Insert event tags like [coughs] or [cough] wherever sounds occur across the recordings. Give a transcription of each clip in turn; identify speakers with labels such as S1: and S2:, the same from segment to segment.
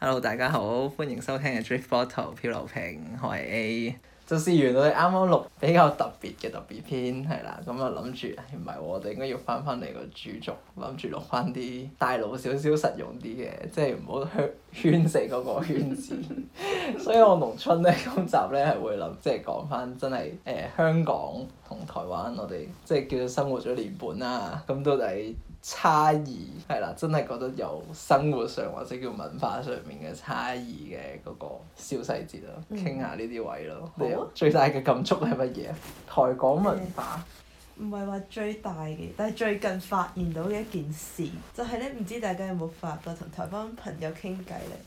S1: Hello，大家好，歡迎收聽嘅 Drift Bottle 漂流瓶，我係 A。就是原來啱啱錄比較特別嘅特別篇，係啦，咁啊諗住唔係喎我哋應該要翻翻嚟個主軸，諗住錄翻啲大腦少少實用啲嘅，即係唔好圈圈死嗰個圈子。 [laughs] 所以我農春咧今集咧係會諗，即係講翻真係誒、呃香港同台灣，我哋即係叫做生活咗年半啦。啊咁到底差異係啦，真係覺得有生活上或者叫文化上面嘅差異嘅嗰個小細節咯，傾下呢啲位咯。
S2: 好
S1: 你
S2: 啊
S1: 有最大嘅感觸係乜嘢？台港文化
S2: 唔係話最大嘅，但係最近發現到嘅一件事，就係咧，唔知大家有冇發覺同台灣朋友傾偈咧，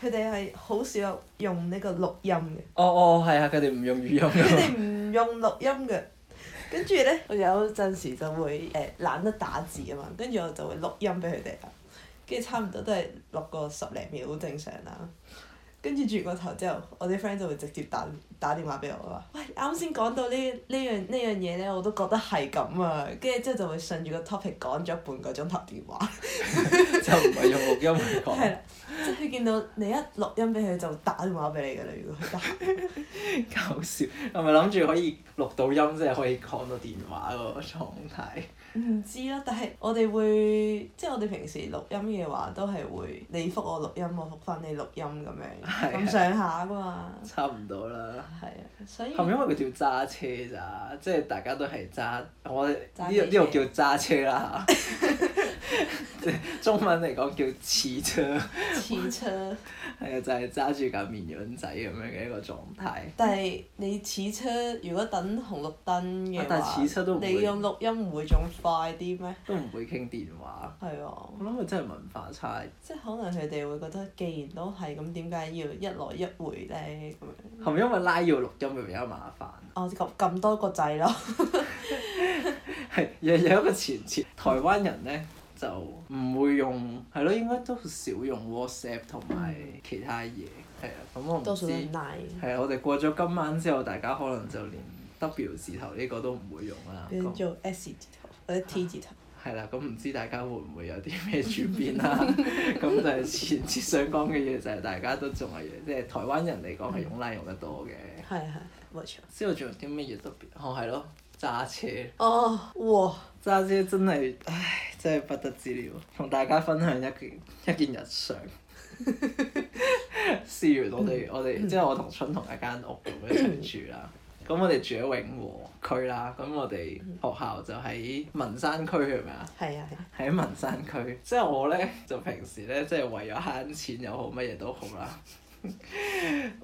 S2: 佢哋係好少有用呢個錄音嘅，
S1: 哦哦係啊，佢哋唔用語音
S2: 佢 [laughs]
S1: 㗎
S2: 哋唔用錄音嘅。跟住咧，我有陣時就會誒、懶得打字啊嘛，跟住我就會錄音俾佢哋啦。跟住差唔多都係錄個十零秒好正常啦。跟住轉個頭之後，我啲 friend 就會直接打打電話俾我話：喂，啱先講到呢呢樣呢樣嘢咧，我都覺得係咁啊。跟住之後就會順住個 topic 講咗半個鐘頭電話。
S1: 就唔係用錄音嚟講。
S2: 係啦，即係佢見到你一錄音俾佢就打電話俾你㗎啦。如果佢得閒
S1: 搞笑，係咪諗住可以錄到音即係可以講到電話嗰個狀
S2: [laughs]
S1: 態？
S2: 唔知啦，但係我哋會即係我哋平時錄音嘅話，都係會你覆我錄音，我覆翻你錄音咁樣
S1: 係
S2: 咁上下㗎嘛。
S1: 差唔多啦。
S2: 係啊，所以
S1: 係咪因為佢叫揸車咋？即係大家都係揸，我哋
S2: 揸
S1: 呢度
S2: 機
S1: 呢度叫揸車
S2: [laughs]
S1: 啦 [laughs] 嚇。即係中文嚟講叫似車，
S2: 似
S1: [laughs]
S2: 車，
S1: 係啊，就係揸住架綿羊仔咁樣嘅一個狀態。
S2: 但係你似車，如果等紅綠燈嘅
S1: 啊
S2: 話，
S1: 但係似車都唔會
S2: 你用錄音唔會仲快啲咩？
S1: 都唔會傾電話。
S2: 係啊，
S1: 我諗佢真係文化差異。
S2: 即係可能佢哋會覺得，既然都係咁，點解要一來一回咧？咁樣
S1: 係咪因為拉要錄音會比較麻煩？ [laughs]
S2: 哦，咁咁多個掣咯，
S1: 係有有一個前設，台灣人咧就唔會用，係咯，應該都少用 WhatsApp 同埋其他嘢，係啊，咁我唔
S2: 多數
S1: 知
S2: 嗯都。係奶。
S1: 係啊，我哋過咗今晚之後，大家可能就連 W 字頭呢個都唔會用啦。
S2: 變咗
S1: 咁
S2: 做 S 字頭或者 T 字頭。
S1: 係啦，咁唔知大家會唔會有啲咩轉變
S2: [laughs]
S1: 啦？咁就係前節想講嘅嘢就係大家都仲係即係台灣人嚟講係用拉用得多嘅。
S2: 係啊係冇錯。
S1: 之後仲有啲咩嘢特別？哦，係咯，揸車。
S2: 哦，哇！
S1: 揸車真係，唉，真係不得之了。同大家分享一件一件日常。試完我哋我哋，即係我同春同一間屋咁樣一齊住啦。咁我哋住喺永和區啦，咁我哋學校就喺文山區係咪啊？
S2: 係啊係啊。
S1: 喺文山區，即係我咧就平時咧，即係為咗慳錢又好，乜嘢都好啦。 [laughs]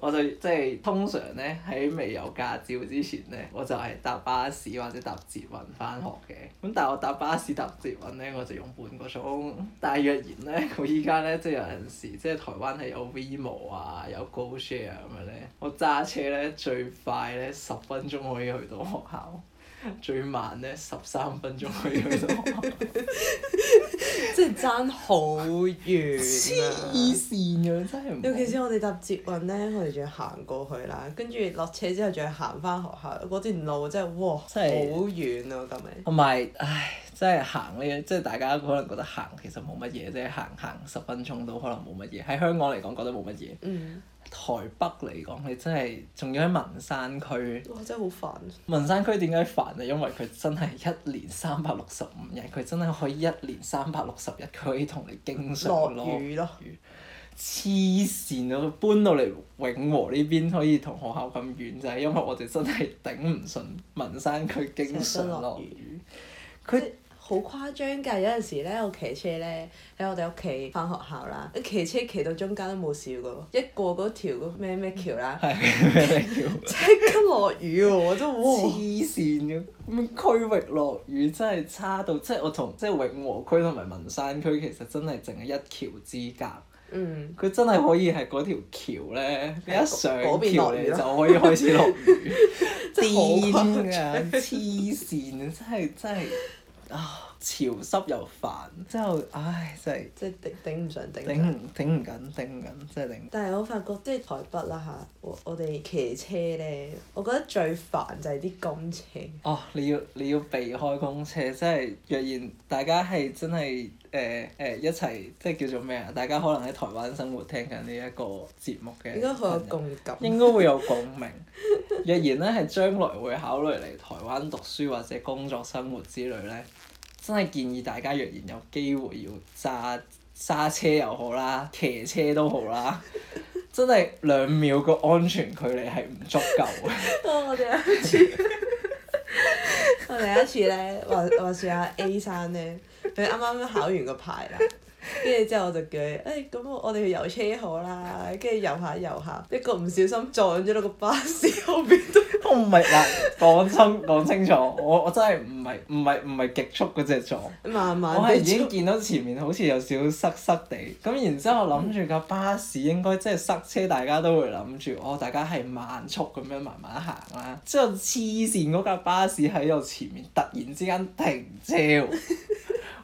S1: 我就即係通常咧喺未有駕照之前咧，我就係搭巴士或者搭捷運翻學嘅。咁但係我搭巴士搭捷運咧，我就用半個鐘。但係若然咧，我依家咧即係有陣時，即係台灣係有 Vimo 啊，有 GoShare 咁樣咧，我揸車咧最快咧十分鐘可以去到學校，最慢咧十三分鐘可以去到學校。
S2: 即係爭好遠
S1: 黐
S2: 啊！
S1: 線㗎，真係唔
S2: 尤其是我哋搭捷運咧，我哋仲要行過去啦，跟住落車之後仲要行翻學校，嗰段路真係哇，好
S1: 真係
S2: 遠啊！咁樣
S1: 同埋唉，真係行呢樣，即係大家可能覺得行其實冇乜嘢啫，行行十分鐘都可能冇乜嘢。喺香港嚟講覺得冇乜嘢，
S2: 嗯，
S1: 台北嚟講你真係仲要喺文山區。
S2: 哇，真係好煩。
S1: 文山區點解煩啊？因為佢真係一年三百六十五日，佢真係可以一年三百六十日，佢可以同你經常
S2: 落雨咯，
S1: 黐線啊！佢搬到嚟永和呢邊可以同學校咁遠，就係、因為我哋真係頂唔順文山區經常落雨。佢
S2: 即係好誇張㗎！有陣時咧，我騎車咧喺我哋屋企翻學校啦，騎車騎到中間都冇事㗎喎，一過嗰條嗰咩咩橋啦，
S1: 係咩嚟 [laughs] 叫？
S2: 即刻落雨喎！我
S1: 哦
S2: 真係哇〜
S1: 黐線嘅，咁區域落雨真係差到，即係我同即係永和區同埋文山區其實真係淨係一橋之隔。
S2: 嗯，
S1: 佢真係可以係嗰條橋咧，你一上
S2: 嗰邊
S1: 橋
S2: 落雨
S1: 你
S2: 啦
S1: 就可以開始落雨， [laughs]
S2: 真係好
S1: 癲
S2: 誇
S1: 㗎，黐線啊！真係真係啊潮濕又煩，之後唉真係
S2: 即係頂頂唔上頂唔
S1: 頂
S2: 上。
S1: 唔頂唔緊，頂唔緊，真係頂。
S2: 但係我發覺即係台北啦嚇，我我哋騎車咧，我覺得最煩就係啲公車。
S1: 哦，你要你要避開公車，即係若然大家係真係誒誒一齊，即係叫做咩啊？大家可能喺台灣生活聽緊呢一個節目嘅，
S2: 應該好有共感。
S1: 應該會有共鳴。 [laughs] 若然咧係將來會考慮嚟台灣讀書或者工作生活之類咧，真係建議大家若然有機會要揸揸車又好啦，騎車都好啦， [laughs] 真係兩秒個安全距離係唔足夠 [laughs] 嘅。
S2: 我哋有一次， [laughs] 我哋有一次咧，話話説阿 A 生咧，佢啱啱考完個牌啦，跟住之後我就叫佢，誒、咁我我哋去遊車河啦，跟住遊下遊下，一個唔小心撞咗落個巴士後邊度，
S1: 我唔係嗱，講清講清楚，我我真係唔係唔係唔係極速嗰只撞，
S2: 慢
S1: 我
S2: 慢
S1: 係
S2: 地
S1: 已經
S2: 撞
S1: 見到前面好似有少少塞塞地，咁然之後諗住架巴士應該即係塞車，大家都會諗住哦，大家係慢速咁樣慢慢行啦。之後黐線嗰架巴士喺我前面突然之間停車喎，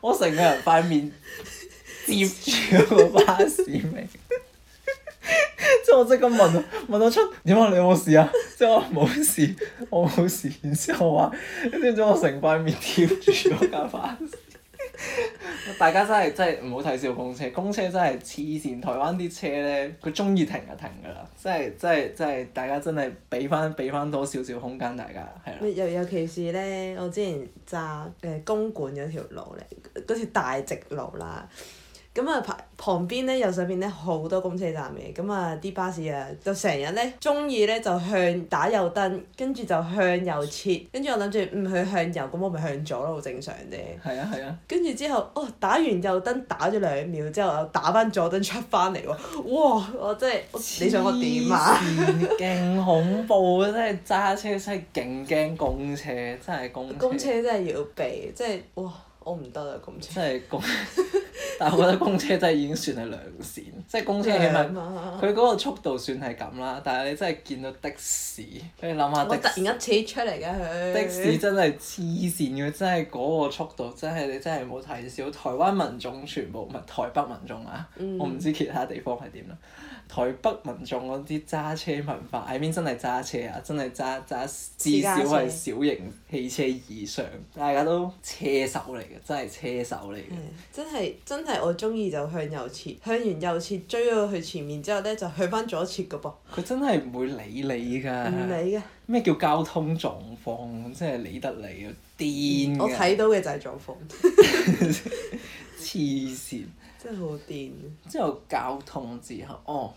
S1: 我成個人塊面接住個巴士尾。之後我即刻問啊問我出點啊你有冇事啊？ [laughs] 之後我話冇事， [laughs] 我冇事。然之後我話，你知唔知我成塊面貼住咗架巴士？ [laughs] 大家真係真係唔好睇小公車，公車真係黐線。台灣啲車咧，佢中意停就停㗎啦，真係真係真係，大家真係俾翻俾翻多少少空間大家，係啦。
S2: 咪尤尤其是咧，我之前揸誒、呃公館嗰條路咧，嗰條大直路啦。咁啊，旁旁邊咧右手邊咧好多公車站嘅，咁啊啲巴士啊就成日咧中意咧就向打右燈，跟住就向右切，跟住我諗住嗯佢向右，咁我咪向左咯，好正常啫。
S1: 係啊係啊，
S2: 跟住之後，哦打完右燈打咗兩秒之後，又打翻左燈出翻嚟喎，哇！我真係我你想我點啊？
S1: 黐線？勁恐怖啊！真係揸車真係勁驚公車，真係公
S2: 公車真係要避，即係哇！我唔得啦，啊公車。
S1: 即係公， [laughs] 但係我覺得公車真係已經算係良
S2: [laughs]
S1: 善，即係公車
S2: 啊
S1: 起碼佢
S2: 佢
S1: 嗰個速度算係咁啦。但係你真係見到的士，你諗下
S2: 我
S1: 的
S2: 突然間扯出嚟嘅佢。
S1: 的士真係黐線嘅，真係嗰個速度真係你真係冇睇少。台灣民眾全部唔係台北民眾啊，
S2: 嗯
S1: 我唔知其他地方係點啦。台北民眾嗰啲揸車文化，I mean 真係揸車啊，真係揸揸至
S2: 家
S1: 少係
S2: 車
S1: 小型汽車以上，大家都車手嚟嘅，真係車手嚟嘅
S2: 係。嗯真係真係我中意就向右切，向完右切追到佢前面之後咧，就向翻左切嘅噃，
S1: 佢真係唔會理你
S2: 唔
S1: 㗎。
S2: 理嘅。
S1: 咩叫交通狀況？真係理得你啊！癲
S2: 我
S1: 㗎，
S2: 睇到嘅就係狀況，
S1: 黐線。
S2: 真係好癲。啊
S1: 之後交通之後，哦，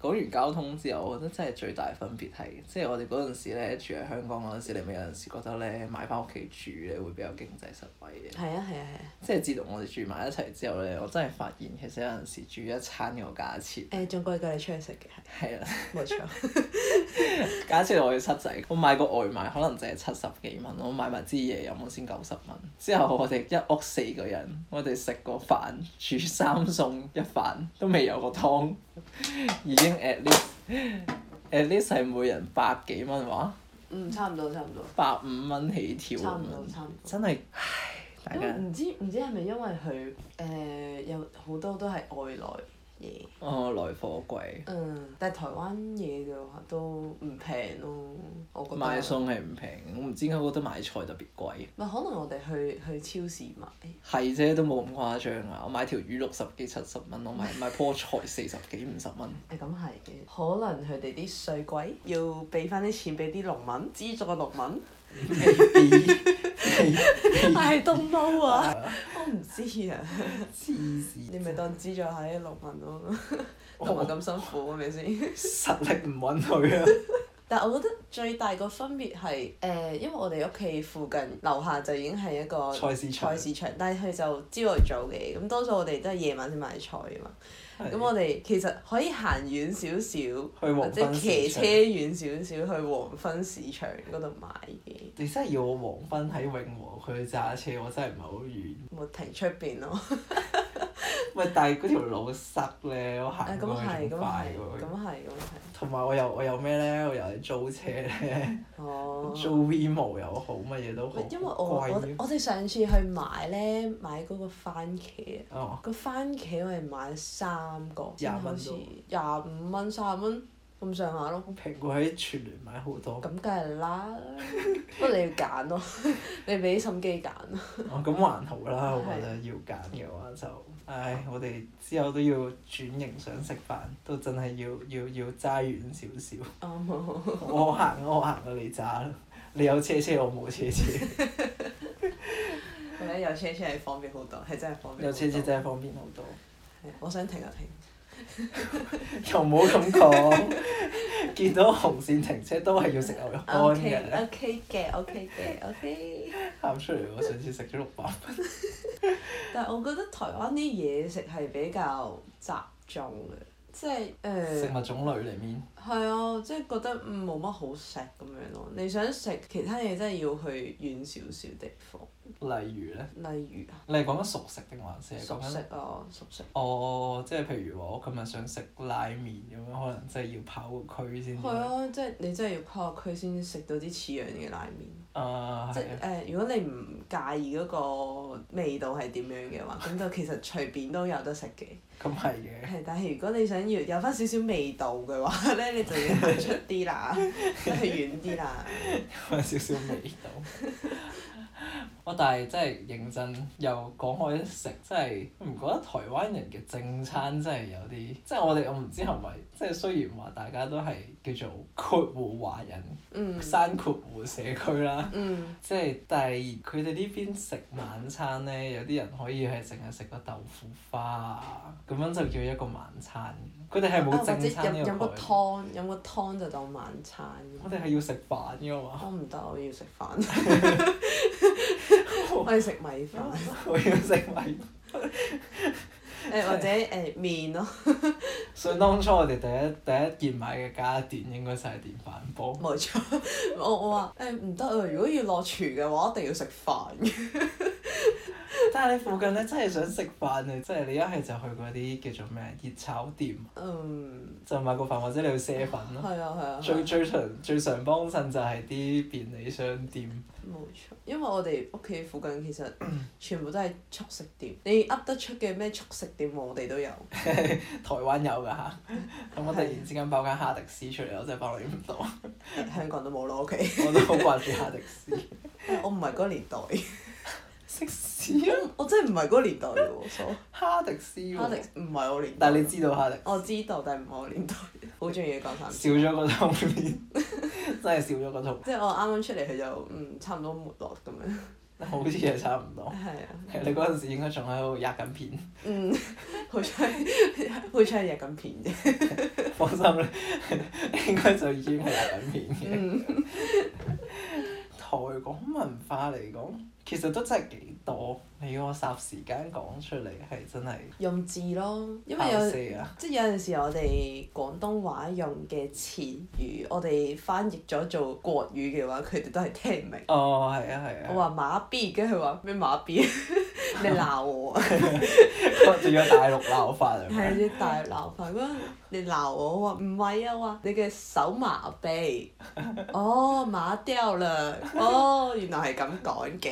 S1: 講完交通之後，我覺得真係最大分別係，即係我哋嗰陣時咧住喺香港嗰陣時，你咪有陣時覺得咧買翻屋企住咧會比較經濟實
S2: [laughs]
S1: 惠嘅。
S2: 係啊係啊係啊！
S1: 即係自從我哋住埋一齊之後咧，我真係發現其實有陣時煮一餐嘅價錢
S2: 誒仲貴過你出去食嘅，
S1: 係啊啦。
S2: 係冇錯。
S1: [laughs] 假設我要七仔，我買個外賣可能淨係七十幾蚊，我買埋支嘢飲我先九十蚊。之後我哋一屋四個人，我哋食個飯煮三餸一飯都未有個湯，已
S2: [laughs]
S1: 經 at least at least 係每人百幾蚊話，
S2: 嗯，差唔多差唔多。
S1: 百五蚊起跳咁
S2: 差唔多
S1: 樣
S2: 差唔多
S1: 真係唉，大
S2: 因為
S1: 家
S2: 唔知唔知係咪因為佢誒有好多都係外來嘢，
S1: 哦來貨貴，
S2: 嗯，但係台灣嘢嘅話都唔平咯，我覺得。
S1: 買餸係唔平，我唔知點解覺得買菜特別貴。
S2: 咪可能我哋去去超市買，
S1: 係啫，都冇咁誇張啊！我買條魚六十幾七十蚊，我買 [laughs] 買棵菜四十幾五十蚊。
S2: 誒咁係嘅，可能佢哋啲稅貴，要俾翻啲錢俾啲農民，資助農
S1: [laughs]
S2: 民，係東歐啊，我唔知啊，
S1: 黐線！
S2: 你咪當資助下啲農民咯，
S1: 我
S2: 農民咁辛苦係咪先？
S1: [laughs] 實力唔允許啊！
S2: 但係我覺得最大個分別係誒、因為我哋屋企附近樓下就已經係一個
S1: 菜市場
S2: 菜市場，但係佢就朝頭早嘅，咁多數我哋都係夜晚先買菜啊嘛。咁我哋其實可以行遠少少，
S1: 去黃
S2: 或者
S1: 昏市
S2: 騎車
S1: 場
S2: 遠少少去黃昏市場嗰度買嘅，
S1: 你真係要我黃昏喺永和佢揸車，我真係唔係好遠。
S2: 冇停出邊咯。
S1: 喂，但係嗰條路塞咧，我行
S2: 誒咁
S1: 過
S2: 啊係，
S1: 去
S2: 咁
S1: 仲
S2: 啊
S1: 快
S2: 係，咁
S1: 喎。
S2: 啊係，咁啊係。
S1: 同埋我又我又咩咧？我又係租車咧， [laughs]
S2: 哦。
S1: 租 Vimo 又好，乜嘢都好，
S2: 喂因為我我
S1: 貴。
S2: 我哋上次去買咧，買嗰個番茄啊，
S1: 哦，
S2: 個番茄我哋買三個，
S1: 廿蚊
S2: 好似廿五蚊、三十蚊咁上下咯。
S1: 平過喺全聯買好多。
S2: 咁梗
S1: [laughs]
S2: 係啦，不過你要揀咯，你俾心機揀咯。
S1: 哦，咁還好啦，我
S2: 係
S1: 覺得要揀嘅話就，唉，我哋之後都要轉型想食飯，都真係要要要揸遠少少。
S2: [laughs] 啱啊！
S1: 我行我行啊，你揸啦，你有車車我冇車
S2: [laughs]
S1: 車，
S2: 係咧，有車車係方便好多，係真係方便。
S1: 有車車。真係方便好
S2: [laughs]
S1: 多。
S2: 我想停就停。
S1: 又唔好咁講，見到紅線停車都係要食牛肉乾
S2: O K
S1: 嘅，
S2: O K 嘅 O K 嘅 O K。
S1: 喊出嚟我上次食咗六百蚊。
S2: 但係我覺得台灣啲嘢食係比較集中嘅，即係
S1: 食
S2: 誒
S1: 物種類裡面，
S2: 係啊，即係覺得嗯冇乜好食咁樣咯。你想食其他嘢真係要去遠少少地方，
S1: 例如咧，
S2: 例如啊
S1: 你係講緊熟食定還是係
S2: 熟
S1: 講
S2: 食
S1: 緊？
S2: 啊熟食。
S1: 哦，即係譬如話，我今日想食拉麵咁樣，可能真係要跑個區先。
S2: 係。啊，即係你真係要跨個區先食到啲似樣嘅拉麵。
S1: 啊，
S2: 即
S1: 係
S2: 係
S1: 啊。
S2: 誒，如果你唔介意嗰個味道係點樣
S1: [laughs]
S2: 嘅話，咁就其實隨便都有得食嘅。
S1: 咁係嘅。
S2: 係，但係如果你想要有翻少少味道
S1: [laughs]
S2: 嘅話咧，你就要行出啲啦， [laughs] 即係遠啲啦。
S1: 有少少味
S2: [laughs]
S1: 道。我但係真係認真又講開食，真係唔覺得台灣人嘅正餐真係有啲，即係我哋我唔知係咪，即係雖然話大家都係叫做括弧華人 [laughs]
S2: 嗯
S1: 山括弧社區啦，
S2: 嗯，
S1: 即係但係佢哋呢邊食晚餐咧，有啲人可以係淨係食個豆腐花啊，咁樣就叫一個晚餐。佢哋係
S2: 啊
S1: 冇
S2: 或者
S1: 正餐
S2: 飲
S1: 呢
S2: 飲
S1: 個
S2: 個
S1: 概念。哦
S2: 湯，飲個湯就當晚餐。
S1: 我哋係要食飯㗎嘛。[laughs]
S2: [laughs] 我唔得，我要食飯。 [laughs] 我要食米飯，
S1: 我要食米。
S2: 誒或者誒麵咯，
S1: 想當初我哋第一第一件買嘅家電應該就係電飯煲，
S2: 冇錯。我我話誒唔得啊！如果要落廚嘅話，一定要食飯。
S1: 但係你附近咧真係想食飯你即係你一係就去嗰啲叫做咩熱炒店，
S2: 嗯，
S1: 就買個飯或者你去瀉粉咯。
S2: 係啊係啊。係啊
S1: 最最常最常幫襯就係啲便利商店，
S2: 冇錯，因為我哋屋企附近其實
S1: [clears throat]
S2: 全部都係速食店，你噏得出嘅咩速食店我哋都有。 [laughs]
S1: [laughs] 台灣有㗎嚇。咁我突然之間爆間哈迪斯出嚟，我真係幫你唔
S2: [laughs]
S1: 到，我
S2: 香港都冇咯，屋企。
S1: 都好掛住哈迪斯。
S2: 我唔係嗰個年代，
S1: 食屎啊！
S2: [laughs] 我真係唔係嗰個年代嘅喎，傻。
S1: [laughs] 哈迪斯喎
S2: 哈迪哦唔係我年代。
S1: 但係你知道哈迪斯
S2: 我知道，但係唔係我
S1: [laughs]
S2: 年代。好中意講三次。
S1: 少咗個套面， [laughs] 真係少咗個套
S2: 即係我啱啱出嚟，佢就嗯差唔多沒落咁樣。
S1: 好似係差唔多。
S2: 係啊，
S1: 你嗰陣時應該仲喺度吔緊
S2: [laughs]
S1: 片，
S2: 嗯，好彩好彩係日緊片啫。
S1: 放心啦， [laughs] 應該就已經係吔緊片嘅。 [laughs]
S2: 嗯，
S1: 台港文化嚟講，其實都真係幾多。你要我霎時間講出嚟係真係
S2: 用字咯，因為有
S1: 爆。四啊！
S2: 即係有陣時我哋廣東話用嘅詞語，我哋翻譯咗做國語嘅話，佢哋都係聽唔明。
S1: 哦，係啊，係啊。
S2: 我話馬 B，跟住佢話咩馬
S1: [laughs]
S2: B，你鬧我啊！
S1: 仲有大陸鬧法係
S2: 係
S1: 咪？
S2: 你大鬧法嗰陣你鬧我，我話唔係啊，我話你嘅手麻痹，
S1: [laughs]
S2: 哦馬掉啦，哦原來係咁講嘅，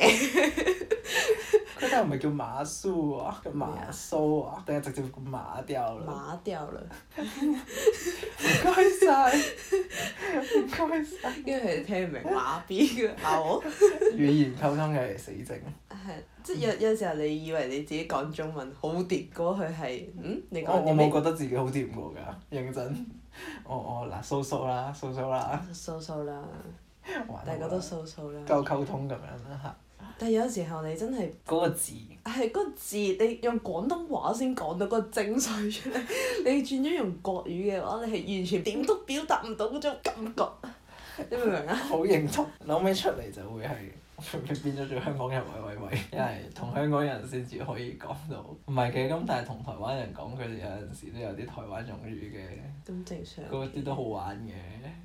S1: 佢哋係咪叫馬蘇啊？叫馬蘇啊？定係直接叫馬掉啦？
S2: 馬掉啦，
S1: 唔該
S2: [laughs]
S1: 晒，唔該晒。
S2: 跟住佢哋聽唔明馬 B 嘅鬧我。
S1: 語言溝通嘅死症。
S2: 係，即係有有時候你以為你自己講中文好掂，嗰佢係嗯你
S1: 我
S2: 講
S1: 我
S2: 啲
S1: 冇
S2: 咩？
S1: 覺得自己好掂過㗎，認真。我我嗱蘇蘇啦，蘇蘇啦，
S2: 蘇蘇啦，
S1: 玩
S2: 大家
S1: 好
S2: 都
S1: 啦
S2: 蘇蘇啦。
S1: 夠溝通咁樣啦嚇。
S2: 但係有時候你真係
S1: 嗰個字
S2: 係嗰個字，你用廣東話先講到嗰個精髓出嚟， [laughs] 你轉咗用國語嘅話，你係完全點都表達唔到嗰種感覺， [laughs] 你明唔明啊？
S1: 好認同，後尾出嚟就會係變咗做香港人喂喂喂，因為同香港人先至可以講到。唔係嘅，咁但係同台灣人講，佢哋有陣時都有啲台灣用語嘅，
S2: 咁正常。
S1: 嗰啲都好玩嘅。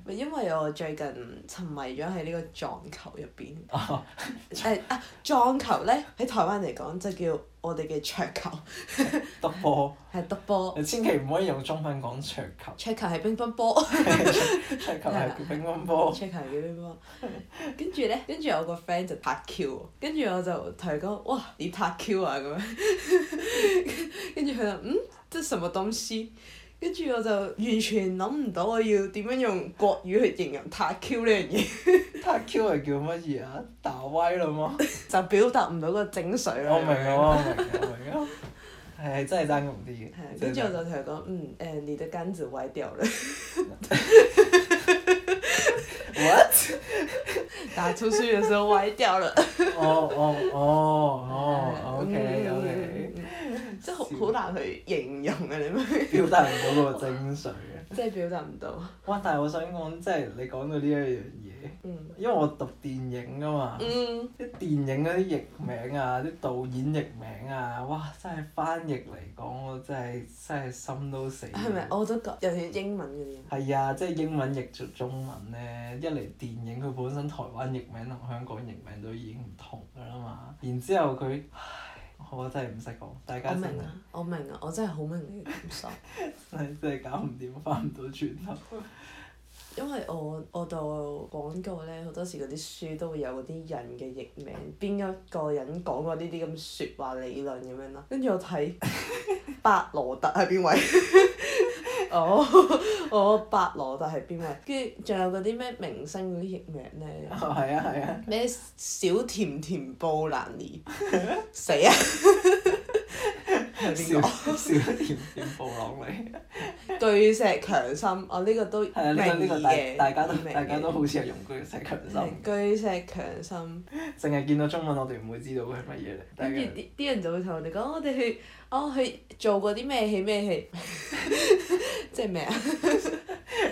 S2: 咪因為我最近沉迷咗喺呢個撞球入邊。
S1: 哦
S2: 誒啊！撞球咧喺台灣嚟講就叫我哋嘅桌球，
S1: 篤波，
S2: 係篤波，
S1: 你千祈唔可以用中文講桌球， [laughs]
S2: 桌球係乒乓波。
S1: 桌球係乒乓波。
S2: check 下幾多跟住咧，跟住我個 friend 就拍 Q 喎，跟住我就同佢講：哇，你拍 Q 啊咁樣， [laughs] 跟住佢就嗯，即係什麼東西？跟住我就完全諗唔到我要點樣用國語去形容拍 Q 呢樣嘢， [laughs]
S1: 塔 Q 係叫乜嘢啊？打威啦嘛。
S2: 就表達唔到個精髓咯。
S1: 我明啊，我明啊，我明啊。係真係爭咁啲嘅
S2: 係啊。
S1: 真
S2: 跟
S1: 係
S2: 住
S1: 爭
S2: 我就同佢講：嗯，誒、你的杆子歪掉了，
S1: What？ [laughs]
S2: 打出去嘅時候歪掉了。
S1: 哦哦哦
S2: [laughs]
S1: 哦，OK OK，
S2: 嗯即係好好難去形容啊！你咪
S1: 表達唔到個精髓嘅。
S2: 即係表達唔到。
S1: [laughs] 哇！但係我想講，即係你講到呢一樣嘢，
S2: 嗯
S1: 因為我讀電影啊嘛，
S2: 嗯。
S1: 啲電影嗰啲譯名啊，啲導演譯名啊，哇！真係翻譯嚟講，我真係真係心都死。
S2: 係咪？我都覺尤其是英文嗰啲，
S1: 係啊，即係英文譯做中文咧，一嚟電影佢本身台灣譯名同香港譯名都已經唔同㗎啦嘛，然之後佢，唉，我真係唔識講，大
S2: 我
S1: 家真
S2: 明
S1: 係
S2: 啊，我明啊，我真係好明你嘅感受，
S1: 真係真係搞唔掂，翻唔到轉頭。
S2: [laughs] 因為我我度廣告咧，好多時嗰啲書都會有嗰啲人嘅譯名，邊一個人講過呢啲咁説話理論咁樣啦，跟住我睇白羅特係邊位？ [laughs] 哦，我白羅特係邊位？跟住仲有嗰啲咩明星嗰啲譯名
S1: [laughs]
S2: 咧，
S1: 係啊係啊，
S2: 咩小甜甜布蘭妮，死啊！係
S1: 少
S2: 邊個？
S1: 少甜甜布朗尼。
S2: 巨石強心，我呢個都明
S1: 係啊，呢個呢個大
S2: 嘅，
S1: 大家都
S2: 明嘅
S1: 大家都好似係用句石強心，
S2: 巨石強心，
S1: 淨係見到中文我哋唔會知道佢係乜嘢嚟。大
S2: 跟住
S1: 家
S2: 啲啲人就會同我哋講，我哋去哦去做過啲咩戲咩戲， [laughs] 即係咩啊？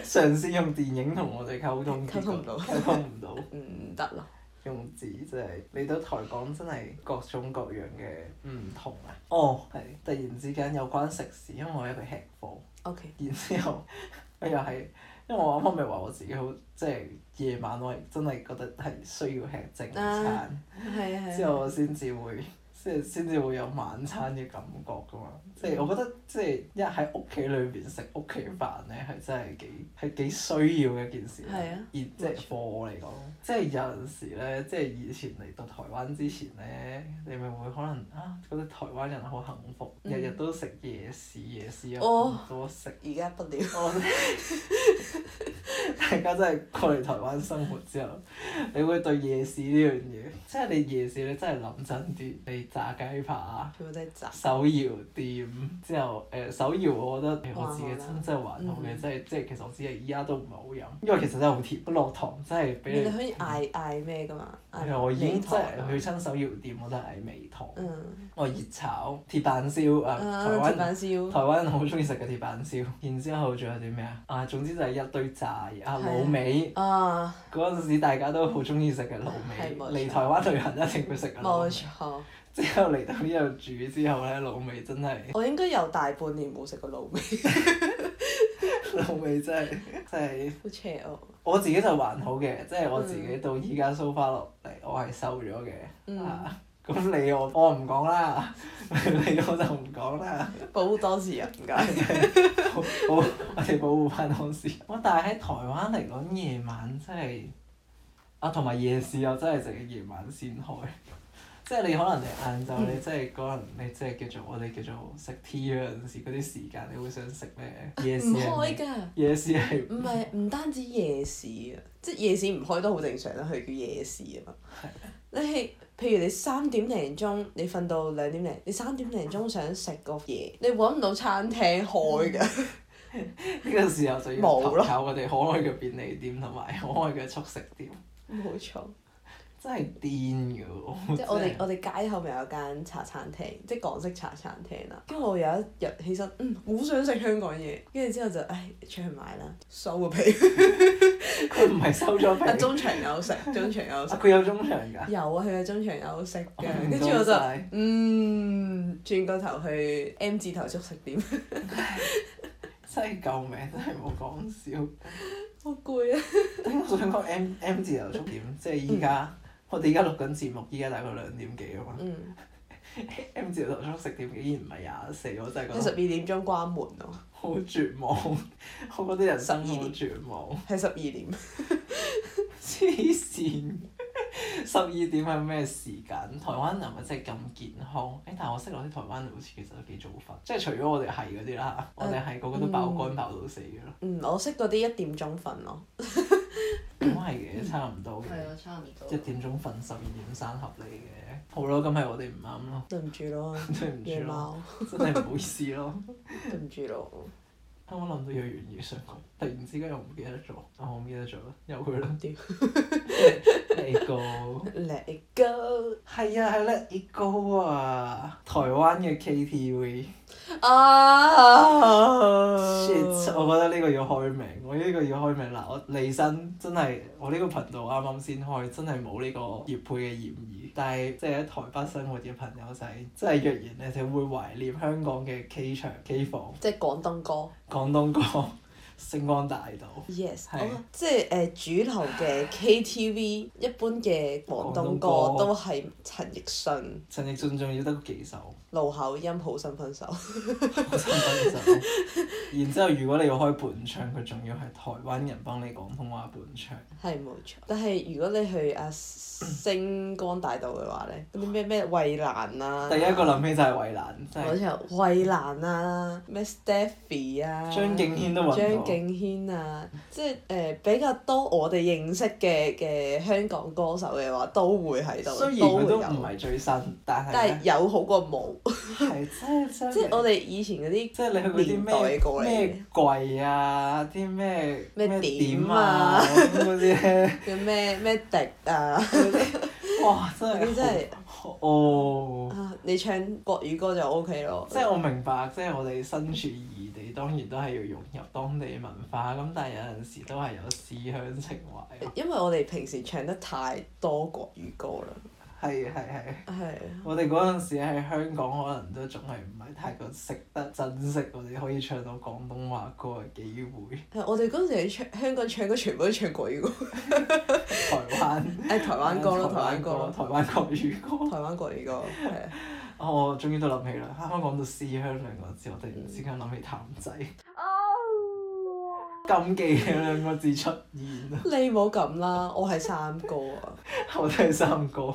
S1: 嘗試用電影同我哋溝通，
S2: 溝通唔到
S1: 結果溝通唔到。
S2: 唔得咯，
S1: 用字真係嚟到台港真係各種各樣嘅唔同啊！哦，係突然之間有關食肆，因為我係一個吃貨，
S2: OK，
S1: 然之後 [laughs] 我又係因為我啱啱咪話我自己好即係夜晚我係真係覺得係需要吃正餐，
S2: 係啊
S1: 之
S2: 係啊，
S1: 後我先至會即係先至會有晚餐嘅感覺㗎嘛。即
S2: 嗯
S1: 係我覺得即係一喺屋企裏邊食屋企飯咧，係真係幾係幾需要嘅一件事。
S2: 係啊
S1: 而即係 for 我嚟講，即係有陣時咧，即係以前嚟到台灣之前咧，你咪會可能啊覺得台灣人好幸福，
S2: 嗯
S1: 日日都食夜市，夜市有
S2: 哦
S1: 咁多食。
S2: 而家不
S1: [laughs]
S2: 了，
S1: 我大家真係過嚟台灣生活之後，你會對夜市呢樣嘢，即係你夜市你真係諗真啲，你炸雞扒、
S2: 全部都係雜。
S1: 手搖店之後，誒、手搖我覺得誒我自己
S2: 還好啦
S1: 真真係還好嘅，
S2: 嗯
S1: 即係即係其實我自己依家都唔係好飲，因為其實真係好甜，落糖真係俾
S2: 嗯你
S1: 你。
S2: 可以嗌嗌咩噶嘛？
S1: 係
S2: 嗌
S1: 啊我已經
S2: 美
S1: 真
S2: 堂
S1: 係去親手搖店，我都係嗌微糖，
S2: 嗯，
S1: 我熱炒、鐵板燒啊，台
S2: 啊鐵
S1: 灣
S2: 板燒
S1: 台灣人好中意食嘅鐵板燒，然之後仲有啲咩啊？啊，總之就係一堆炸嘢啊，
S2: 係啊
S1: 滷味
S2: 啊，
S1: 嗰陣時大家都好中意食嘅
S2: 係
S1: 滷
S2: 冇錯
S1: 味，嚟台灣旅行一定會食嘅滷
S2: 冇
S1: 味。
S2: 錯，
S1: 之後嚟到呢度住之後咧，滷味真係
S2: 我應該有大半年冇食過滷味，
S1: [laughs] 滷味真係真係
S2: 好邪惡。
S1: 我自己就還好嘅，即係我自己到依家 so far 落嚟，我係瘦咗嘅。
S2: 嗯
S1: 啊咁你我我唔講啦， [laughs] 你我就唔講啦。
S2: 保護當事人唔該。
S1: 好，好 [laughs] 我哋保護翻當時。哇！但係喺台灣嚟講，夜晚真係啊，同埋夜市又真係淨係夜晚先開。 [laughs] 即係你可能你晏晝
S2: 嗯
S1: 你真係可能你即係叫做我哋叫做食 tea 嗰陣時嗰啲時間，你會想食咩？夜市
S2: 唔開
S1: 係
S2: 㗎，
S1: 夜市係
S2: 唔係唔單止夜市啊，即係夜市唔開都好正常啦，佢叫夜市啊嘛。你係譬如你三點零鐘，你瞓到兩點零，你三點零鐘想食個嘢，你揾唔到餐廳開㗎，
S1: [laughs] 呢個時候就要
S2: 冇
S1: 投
S2: 咯
S1: 靠我哋可愛嘅便利店同埋可愛嘅速食店，
S2: 冇錯。
S1: 真係癲㗎喎！
S2: 即係我哋
S1: 真係
S2: 我哋街口咪有間茶餐廳，即係港式茶餐廳啦。跟住我有一日起身，嗯，好想食香港嘢，跟住之後就唉出去買啦，收個 [laughs] 皮。
S1: 佢唔係收咗皮，
S2: 啊，
S1: 啊
S2: 中場有食，中場有食。
S1: 佢有中場㗎。
S2: 有啊，去咗中場有食
S1: 我唔
S2: 嘅，跟住我就
S1: 講晒
S2: 嗯轉個頭去 M 字頭速食店，
S1: 真係救命！真係冇講笑。
S2: [laughs] 好攰啊！
S1: 頂我想講 M M 字頭速點，即係依家我哋依家錄緊節目，依家大概兩點幾啊嘛。
S2: 嗯嗯，
S1: M 字頭速食店竟然唔係廿四，我真係
S2: 佢
S1: 覺
S2: 十二
S1: 得
S2: 點鐘關門咯，
S1: 好絕望。我覺得人生
S2: 十二
S1: 好
S2: 點
S1: 絕望，
S2: 係十二點。
S1: 黐線。十二點係咩時間？台灣人咪真係咁健康？誒、但係我識落啲台灣人好似其實都幾早瞓，即係除咗我哋係嗰啲啦，
S3: 嗯
S1: 我哋係個個都爆肝爆到死嘅咯。
S2: 嗯，我識嗰啲一點鐘瞓咯。
S1: 咁係嘅，差唔多嘅。
S3: 係啊，差唔多。
S1: 一點鐘瞓，十二點生合理嘅。好咯，咁係我哋唔
S3: [laughs]
S1: 啱咯，
S2: [laughs] 對唔住咯，
S1: 對唔
S2: 夜
S1: 住咯，
S2: [laughs] 貓，
S1: 真係唔好意思咯。
S2: 對唔住咯。
S1: 啱啱諗到有樣嘢想講，突然之間又唔記得咗。啊，我唔記得咗啦，由佢啦。
S2: 屌
S1: 你個
S2: Let it go
S1: 係啊，係 Let It Go 啊，台灣嘅 KTV。
S2: 啊
S1: shit，我覺得呢個要開名，我呢個要開名啦。我利申真係我呢個頻道啱啱先開，真係冇呢個業配嘅嫌疑。但係即係喺台北生活嘅朋友仔，真係若然你哋會懷念香港嘅 K 場、K 房、 [laughs]
S2: 即係廣東歌。
S1: 廣東歌、星光大道。
S2: Yes，
S1: 係
S2: 我即係誒、主流嘅 KTV，一般嘅
S1: 廣
S2: 廣東
S1: 東
S2: 歌
S1: 歌
S2: 都係陳奕迅
S1: 陳奕迅仲要得嗰幾首，
S2: 路口音好心分手，
S1: 好心分手。然之後，如果你要開伴唱，佢仲要係台灣人幫你廣東話伴唱。
S2: 係冇錯。但係如果你去啊星光大道嘅話
S1: [coughs]
S2: 咧，嗰啲咩咩衞蘭啊，
S1: 第一個諗起就係衞蘭，真
S2: 我
S1: 係
S2: 之後衞蘭啊，咩 Stephy 啊，
S1: 張敬軒都揾過。
S2: 張敬軒啊，即係誒、比較多我哋認識嘅嘅香港歌手嘅話，都會喺度，
S1: 雖然
S2: 都會
S1: 佢都唔
S2: 有，
S1: 係啊最新，但係
S2: 但係
S1: 咧
S2: 有好過冇。
S1: 係真係真
S2: 即係我
S1: 係，
S2: 哋以前嗰啲
S1: 即係你去嗰
S2: 年代
S1: 啲
S2: 過嚟
S1: 咩咩櫃啊，啲咩
S2: 咩
S1: 點
S2: 點啊
S1: 咁嗰啲
S2: [laughs]
S1: 咧，
S2: 叫咩咩迪啊，
S1: 哇真
S2: 嗰
S1: 係
S2: 啲真係
S1: 好哦！
S2: 啊，你唱國語歌就 O K 咯。
S1: 即係我明白，即係我哋身處異地，當然都係要融入當地文化，咁但係有陣時都係有思鄉情懷啊咯。
S2: 因為我哋平時唱得太多國語歌啦，
S1: 係係係。
S2: 係
S1: 我哋嗰陣時喺香港，可能都仲係唔係太過識得珍惜我哋可以唱到廣東話歌嘅機會。
S2: 係我哋嗰陣時喺唱香港唱歌全部都唱國語歌，
S1: 台灣
S2: 誒台灣歌咯，台灣歌
S1: 嗯
S2: 咯，
S1: 台灣國語歌。 [laughs]
S2: 台灣國語歌係啊。
S1: 哦，我終於都諗起啦！啱啱講到思鄉兩個字，我突
S2: 嗯
S1: 然之間諗起譚仔。禁忌嘅兩個字出現 [laughs] 啦，
S2: 你冇咁啦，我係三哥啊，
S1: 我睇三哥，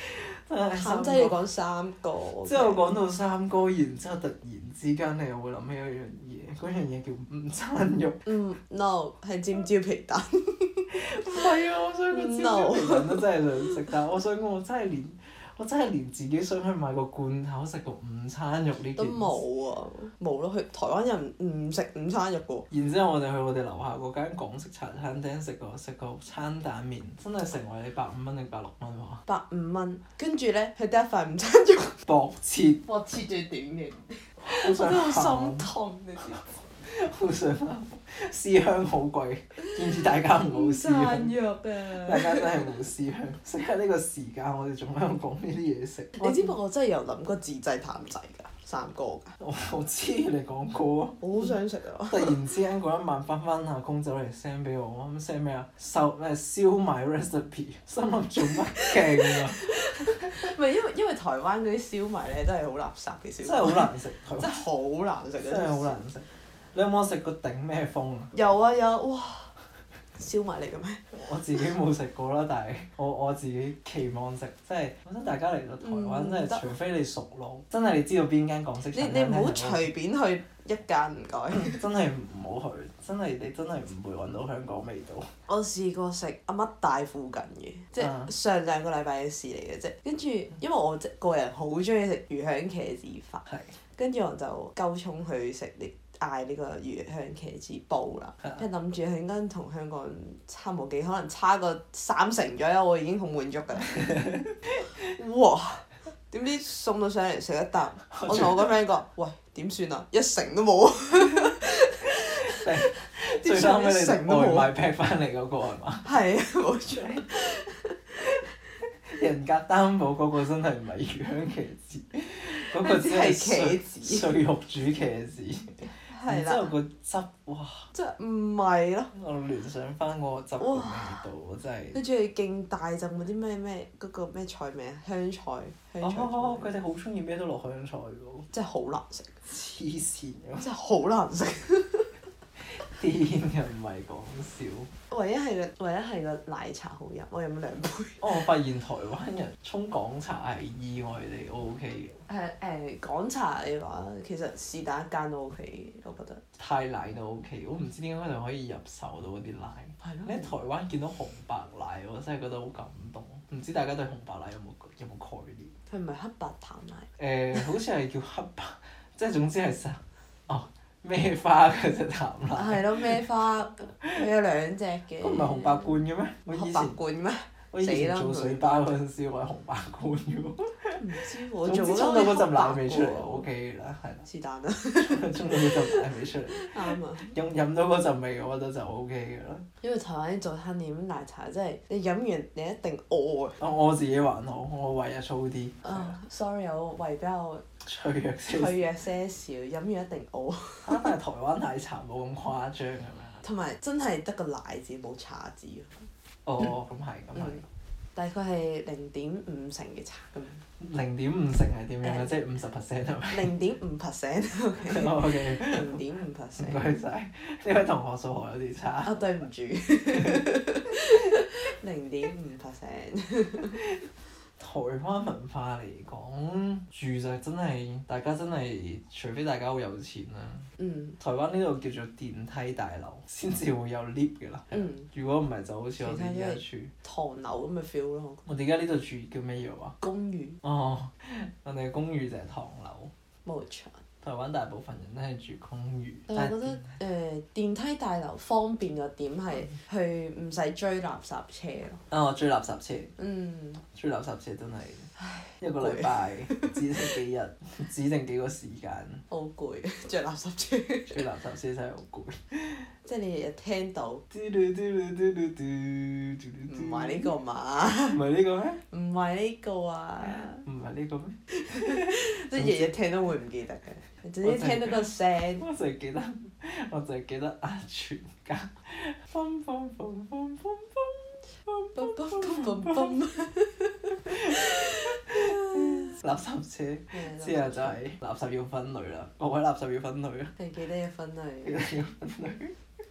S1: [laughs] 真係
S2: 譚
S1: 三
S2: 仔你
S1: 哥。
S2: 講三哥，
S1: 之後講到三哥，然之後突然之間你又會諗起一樣嘢，嗰樣嘢叫午餐肉。 [laughs]
S2: 嗯 no 係尖椒皮蛋，
S1: 唔係啊！我想講煎
S2: No
S1: 燒皮蛋都真係想食，但係我想講我真係連我真係連自己想去買個罐頭食個午餐肉呢件
S2: 都冇啊，冇咯，佢台灣人唔食午餐肉嘅
S1: 然之後我哋去我哋樓下嗰間港式茶餐廳食個食個餐蛋麵，真係成為你百五蚊定百六蚊喎，
S2: 喎，百五蚊，跟住咧佢得一份午餐肉。
S1: 薄切，
S3: 我切最短嘅，
S1: 好
S2: 我
S1: 想
S2: 真係好
S1: 喊
S2: 心，痛，你知唔
S1: 好想喊。思鄉好貴，建議大家唔好思鄉，
S3: 藥
S1: 大
S3: 啊！
S1: 家真係冇思鄉。食喺呢個時間，我哋仲喺度講呢啲嘢食。
S2: 你知唔知我真係有諗過自製譚仔㗎，三哥㗎，
S1: 我我知你講過啊。
S2: 我好想食啊！
S1: 突然之間嗰一晚翻翻下工走嚟 send 俾我，咁 send 咩啊？售咩燒賣 recipe，心諗做乜勁啊！
S2: 唔係因為因為台灣嗰啲燒賣咧，真係好垃圾嘅燒
S1: 真
S2: 賣，
S1: 係好，難食，台灣
S2: 真係好難食啊！
S1: 真係好。難食。你有冇食過頂咩風啊？ [laughs]
S2: 有啊有，哇！燒賣嚟嘅咩？
S1: 我自己冇食過啦，但係我我自己期望食，即係我覺得大家嚟到台灣
S2: 嗯
S1: 真
S2: 得
S1: 係，除非你熟路，真係你知道邊間港式
S2: 你
S1: 餐廳
S2: 你唔好
S1: 係好食
S2: 隨便去一間唔該。
S1: [laughs] 真係唔好去，真係你真係唔會揾到香港味道。
S2: 我試過食阿乜大附近嘅，即
S1: 啊
S2: 係上兩個禮拜嘅事嚟嘅啫。跟住因為我個人好中意食魚香茄子飯。
S1: 係
S2: 跟住我就鳩衝去食呢嗌呢個魚香茄子煲啦
S1: 啊，
S2: 跟住諗住佢應該同香港差冇幾，可能差個三成左右，我已經好滿足
S1: [laughs]
S2: 㗎啦。哇！點知送到上嚟食一啖，我同我個 friend 講：喂，點算啊？一成都冇啊！ [laughs]
S1: 最嬲
S2: 啲上
S1: 尾你
S2: 成
S1: 食
S2: 都冇
S1: 外賣 pack 翻嚟嗰個 [laughs] 係嘛？
S2: 係啊，冇錯。
S1: 人格擔保嗰個真係唔係魚香茄子，嗰個只
S2: 只係茄
S1: 係
S2: 子
S1: 碎碎肉煮茄子，
S2: 係
S1: 然之後
S2: 啦，
S1: 個汁，哇！
S2: 即係唔係咯？
S1: 我聯想翻嗰個汁個味道，我真係
S2: 跟。住勁大陣嗰啲咩咩嗰個咩菜名啊香菜香菜
S1: 哦，
S2: 菜
S1: 佢哋好中意咩都落啊香菜嘅
S2: 真係好難食，
S1: 喎，黐線嘅，
S2: 真係好難食。
S1: 癲嘅唔係講笑。
S2: 唯一係個唯一係個奶茶好飲，我飲咗 [laughs] 兩杯。
S1: 哦，我發現台灣人沖港茶係意外地 O K 嘅，
S2: 誒誒港茶你話，其實是但一間都 OK，我覺得
S1: 太奶都 O K。我唔知點解佢哋可以入手到嗰啲奶。
S2: 係
S1: 你喺台灣見到紅白奶，我真係覺得好感動。唔知大家對紅白奶有冇有冇概念？
S2: 佢唔係黑白淡奶，
S1: 誒、好似係叫黑白，即係總之係實哦咩花嘅隻淡奶，
S2: [laughs] 係咯咩花，佢有兩隻嘅。
S1: 咁唔係紅白罐嘅咩？我以
S2: 黑白
S1: 前
S2: 罐咩？
S1: 我以前
S2: 死啦
S1: 做水包嗰陣時，我係紅白罐嘅喎。
S2: 唔知喎，
S1: 總
S2: 做
S1: 之
S2: 咗
S1: 沖到嗰陣奶味出嚟
S2: 黑白罐
S1: ，O K 啦，係啦， [laughs]
S2: 是但啦， [laughs]
S1: 沖到嗰陣奶味出嚟，
S2: 啱啊！
S1: 飲飲到嗰陣味，我覺得就 O K 嘅啦。
S2: 因為台灣啲早餐店啲奶茶真係你飲完你一定餓啊！
S1: 我我自己還好，我胃啊粗啲，
S2: 啊，sorry，我胃
S1: [laughs]
S2: 比較
S1: 脆弱少少。
S2: 脆弱些少，飲完一定餓。
S1: 啊但係台灣奶茶冇咁誇張咁樣。
S2: 同埋真係得個奶字冇茶字啊，
S1: 哦，咁係咁係
S2: 嗯。大概係零點五成嘅茶咁樣，
S1: 零點五成係點樣啊？即係五十 percent 係咪
S2: 零點
S1: [laughs]
S2: 五 [laughs] percent，OK，
S1: ？O K。
S2: 零點五
S1: 唔
S2: percent。
S1: 該晒，呢位同學數學有啲差。
S2: 啊，對唔住，零點五 percent。
S1: 台灣文化嚟講，住就真係大家真係，除非大家好有錢啦。
S2: 嗯
S1: 台灣呢度叫做電梯大樓，先至會有 lift 嘅啦。
S2: 嗯，
S1: 如果唔係就好似我哋依家
S2: 其
S1: 住，
S2: 唐樓咁嘅 feel 咯，
S1: 我哋而家呢度住叫咩嘢話？
S2: 公寓
S1: 哦， [laughs] 我哋公寓就係唐樓。
S2: 冇錯。
S1: 台灣大部分人都係住公寓，
S2: 但
S1: 但
S2: 係我覺
S1: 係嗯
S2: 得誒、呃、電梯大樓方便嘅點係去唔使追垃圾車咯。
S1: 啊我追垃圾車，
S2: 嗯，
S1: 追垃圾車真係一個禮拜指定幾日， [laughs] 指定幾個時間
S2: 好攰， [laughs] 着垃圾車。
S1: 追垃圾車真係好攰。
S2: 即係你日日聽到，唔
S1: 嘟嚕嘟嚕嘟嚕嘟嚕嘟嚕嘟
S2: 係呢個嘛，
S1: 唔係呢個咩？
S2: 唔係呢個啊，
S1: 唔係呢個咩？
S2: 即係日日聽都會唔記得嘅。總之聽到
S1: [laughs]
S2: 個聲，
S1: 我就係記得，我就係記得啊！全家，嘣嘣嘣嘣嘣嘣
S2: 嘣嘣嘣嘣
S1: 垃圾車。哦 [laughs]
S2: 嘣。
S1: 之後就係垃圾要分類啦，各位垃圾要分 [laughs] 類啦，啊
S2: 你記得要分類，
S1: 要分類，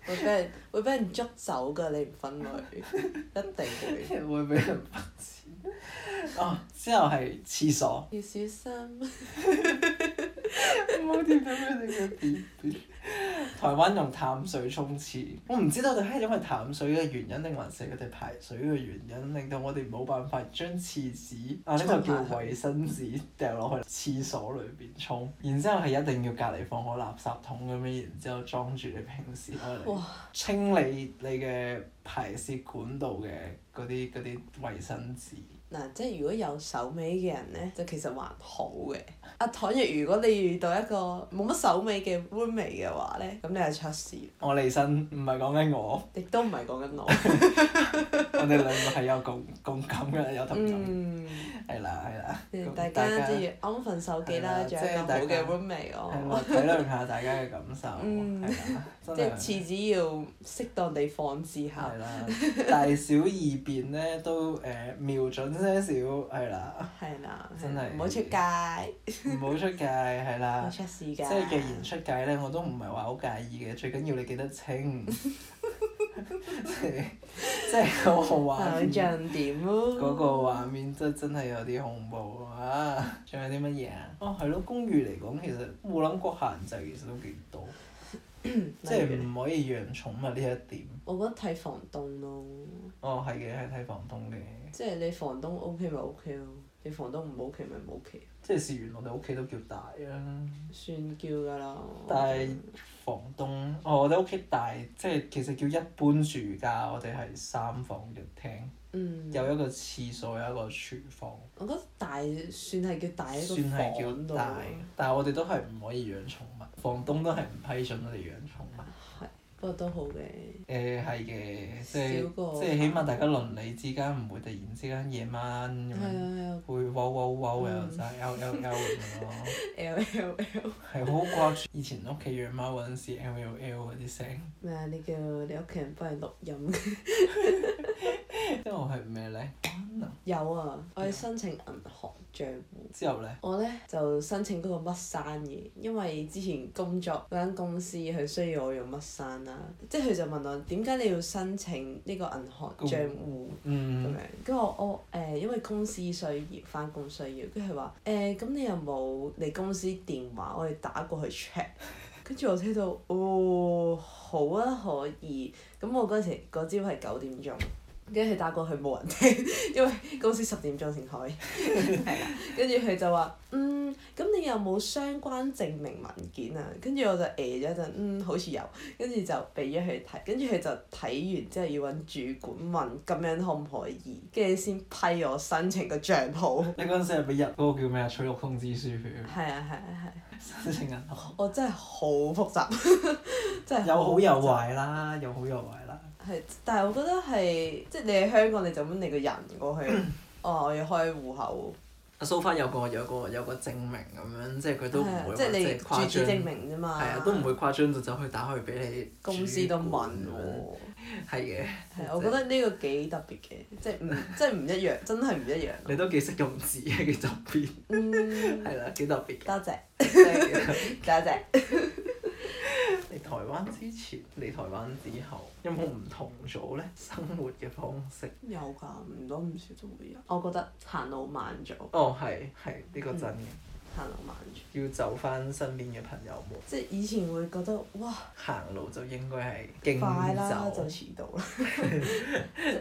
S2: 會俾人會俾人捉走㗎。你唔分類，一定會。
S1: 會俾人罰錢。哦，之後係廁所，
S2: 要小心。
S1: 唔好掂到佢哋嘅便便。台灣用淡水沖廁，我唔知道佢係因為淡水嘅原因，定還是佢哋排水嘅原因，令到我哋冇辦法將廁紙啊呢個叫衛生紙掉落去廁所裏邊沖，然之後係一定要隔離放個垃圾桶咁樣，然之後裝住你平時愛嚟
S2: 哇！
S1: 清理你嘅排泄管道嘅嗰啲嗰啲衛生紙。
S2: 嗱，即係如果有手尾嘅人咧，就其實還好嘅。啊，倘若如果你遇到一個冇乜手尾嘅 roommate 嘅話咧，咁你係出事，
S1: 我離身唔係講緊我，
S2: 亦都唔係
S1: [laughs]
S2: 講緊我。
S1: 我哋兩個係有共共感嘅，有同感。
S2: 嗯，
S1: 係啦，係啦。咁
S2: 大家即係安分守己啦，
S1: 係啦
S2: 仲有一個好嘅 roommate
S1: 係
S2: 哦。
S1: 啦，體諒下大家嘅感受，
S2: 嗯
S1: 係啦，真
S2: 即係
S1: 係
S2: 廁紙要適當地放置下
S1: 係。啦，大小二便咧都誒瞄準些少，係
S2: [laughs]
S1: 啦，
S2: 係啦，
S1: 真係
S2: 唔好出街，
S1: 唔好出界，係
S2: 唔好
S1: 啦。
S2: 出事㗎。
S1: 即係既然出界咧，我都唔係話好介意嘅，最緊要你記得
S2: [laughs]
S1: 清，即係即係我畫
S2: 偶
S1: 面
S2: 像點咯？
S1: 嗰個畫面真真係有啲恐怖啊！仲有啲乜嘢啊？哦，係咯，公寓嚟講其實冇諗過限制，其實都幾多。即
S2: 例
S1: 係
S2: 如
S1: 唔可以養寵物呢一點。
S2: 我覺得睇房東咯。
S1: 哦，係嘅，係睇房東嘅。
S2: 即係你房東 O K 咪 O K 咯，你房東唔 O K 咪唔 O K，
S1: 即係試完我哋屋企都叫大啊，
S2: 算叫㗎啦。
S1: 但係房東，哦，我哋屋企大，即係其實叫一般住家，我哋係三房一廳，
S2: 嗯，
S1: 有一個廁所，有一個廚房，
S2: 我覺得大算係叫大一個
S1: 算係
S2: 房
S1: 叫
S2: 度
S1: 大
S2: 啦。。
S1: 但係我哋都係唔可以養寵物，房東都係唔批准我哋養寵物。
S2: 嗯不過都好嘅，
S1: 誒係嘅，即
S2: 少
S1: 係
S2: 個
S1: 即係起碼大家鄰里之間唔會突然之間夜晚咁樣
S2: 係啊係啊，
S1: 會 wow wow wow 又真係 L L L 咁樣咯，
S2: L L L
S1: 係好掛住以前屋企養貓嗰陣時 L L L 嗰啲聲。
S2: 咩啊？你叫你屋企人幫你錄音？
S1: 因為我係咩咧？可能
S2: 有啊，我係申請銀行帳户。
S1: 之後咧，
S2: 我咧就申請嗰個乜山嘅，因為之前工作嗰間公司佢需要我用乜山啦，即係佢就問我點解你要申請呢個銀行帳户咁
S1: 嗯
S2: 樣，跟住我我誒、因為公司需要，翻工需要，跟住佢話誒咁你有冇你公司電話？我哋打過去 check。跟住我聽到，哦，好啊，可以。咁我嗰陣時嗰朝係九點鐘，跟住佢打過去冇人聽， [laughs] 因為公司十點鐘先開。係啦，跟住佢就話：嗯，咁你有冇相關證明文件啊？跟住我就誒咗一陣，嗯，好似有。跟住就俾咗佢睇，跟住佢就睇完之後要揾主管問咁樣可唔可以，跟住先批我申請個帳號。
S1: 你嗰陣時係俾入嗰個叫咩啊？取錄通知書佢
S2: 係啊係啊
S1: 申請銀行
S2: 係，，我真係好複雜， [laughs] 真係
S1: [laughs] 有好
S2: 複
S1: 有
S2: 雜
S1: 壞啦，有好有壞啦。
S2: 係，但係我覺得係，即係你喺香港，你就咁你個人
S1: [clears throat]
S2: 過去，哦，我要開戶口，
S1: 阿蘇啊花有個有個有個證明咁樣，即係佢都唔
S2: 係啊
S1: 會
S2: 即係
S1: 話
S2: 你
S1: 係誇
S2: 住址證
S1: 張，
S2: 明啫嘛，
S1: 係啊，都唔會誇張到走去打去俾你
S2: 公司都
S1: 主
S2: 問
S1: 管咁樣
S2: 喎。
S1: 係嘅，
S2: 係，啊我覺得呢個幾特別嘅，即係唔即係唔一樣，真係唔一樣。
S1: 你都幾識用字嘅，幾特別，
S2: 嗯，
S1: 係啦，幾特別嘅。
S2: 多謝
S1: 真係嘅
S2: 多謝。
S1: 嚟台灣之前，嚟台灣之後，有冇唔同咗 [laughs] 咧生活嘅方式？
S2: 有㗎，唔多唔少都會有。我覺得行路慢咗，
S1: 哦，係係呢個真嘅，
S2: 行路慢咗，
S1: 要就翻身邊嘅朋友們，
S2: 即係以前會覺得哇
S1: 行路就應該係敬
S2: 快啦就
S1: 走，
S2: 遲到啦，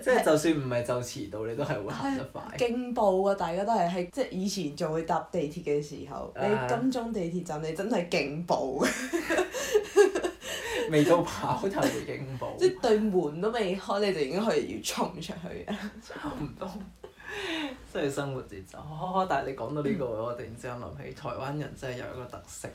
S1: 即係就算唔係就遲到，你都係會行得快。
S2: 勁步啊！大家都係喺即係以前仲會搭地鐵嘅時候，你
S1: 啊
S2: 金鐘地鐵站你真係勁步嘅，
S1: 未到跑頭會應步， [laughs]
S2: 即係對門都未開你就已經可以要衝出去啊！
S1: 差唔多。即係生活節奏，哦但係你講到呢個，我突然之間諗起台灣人真係有一個特色，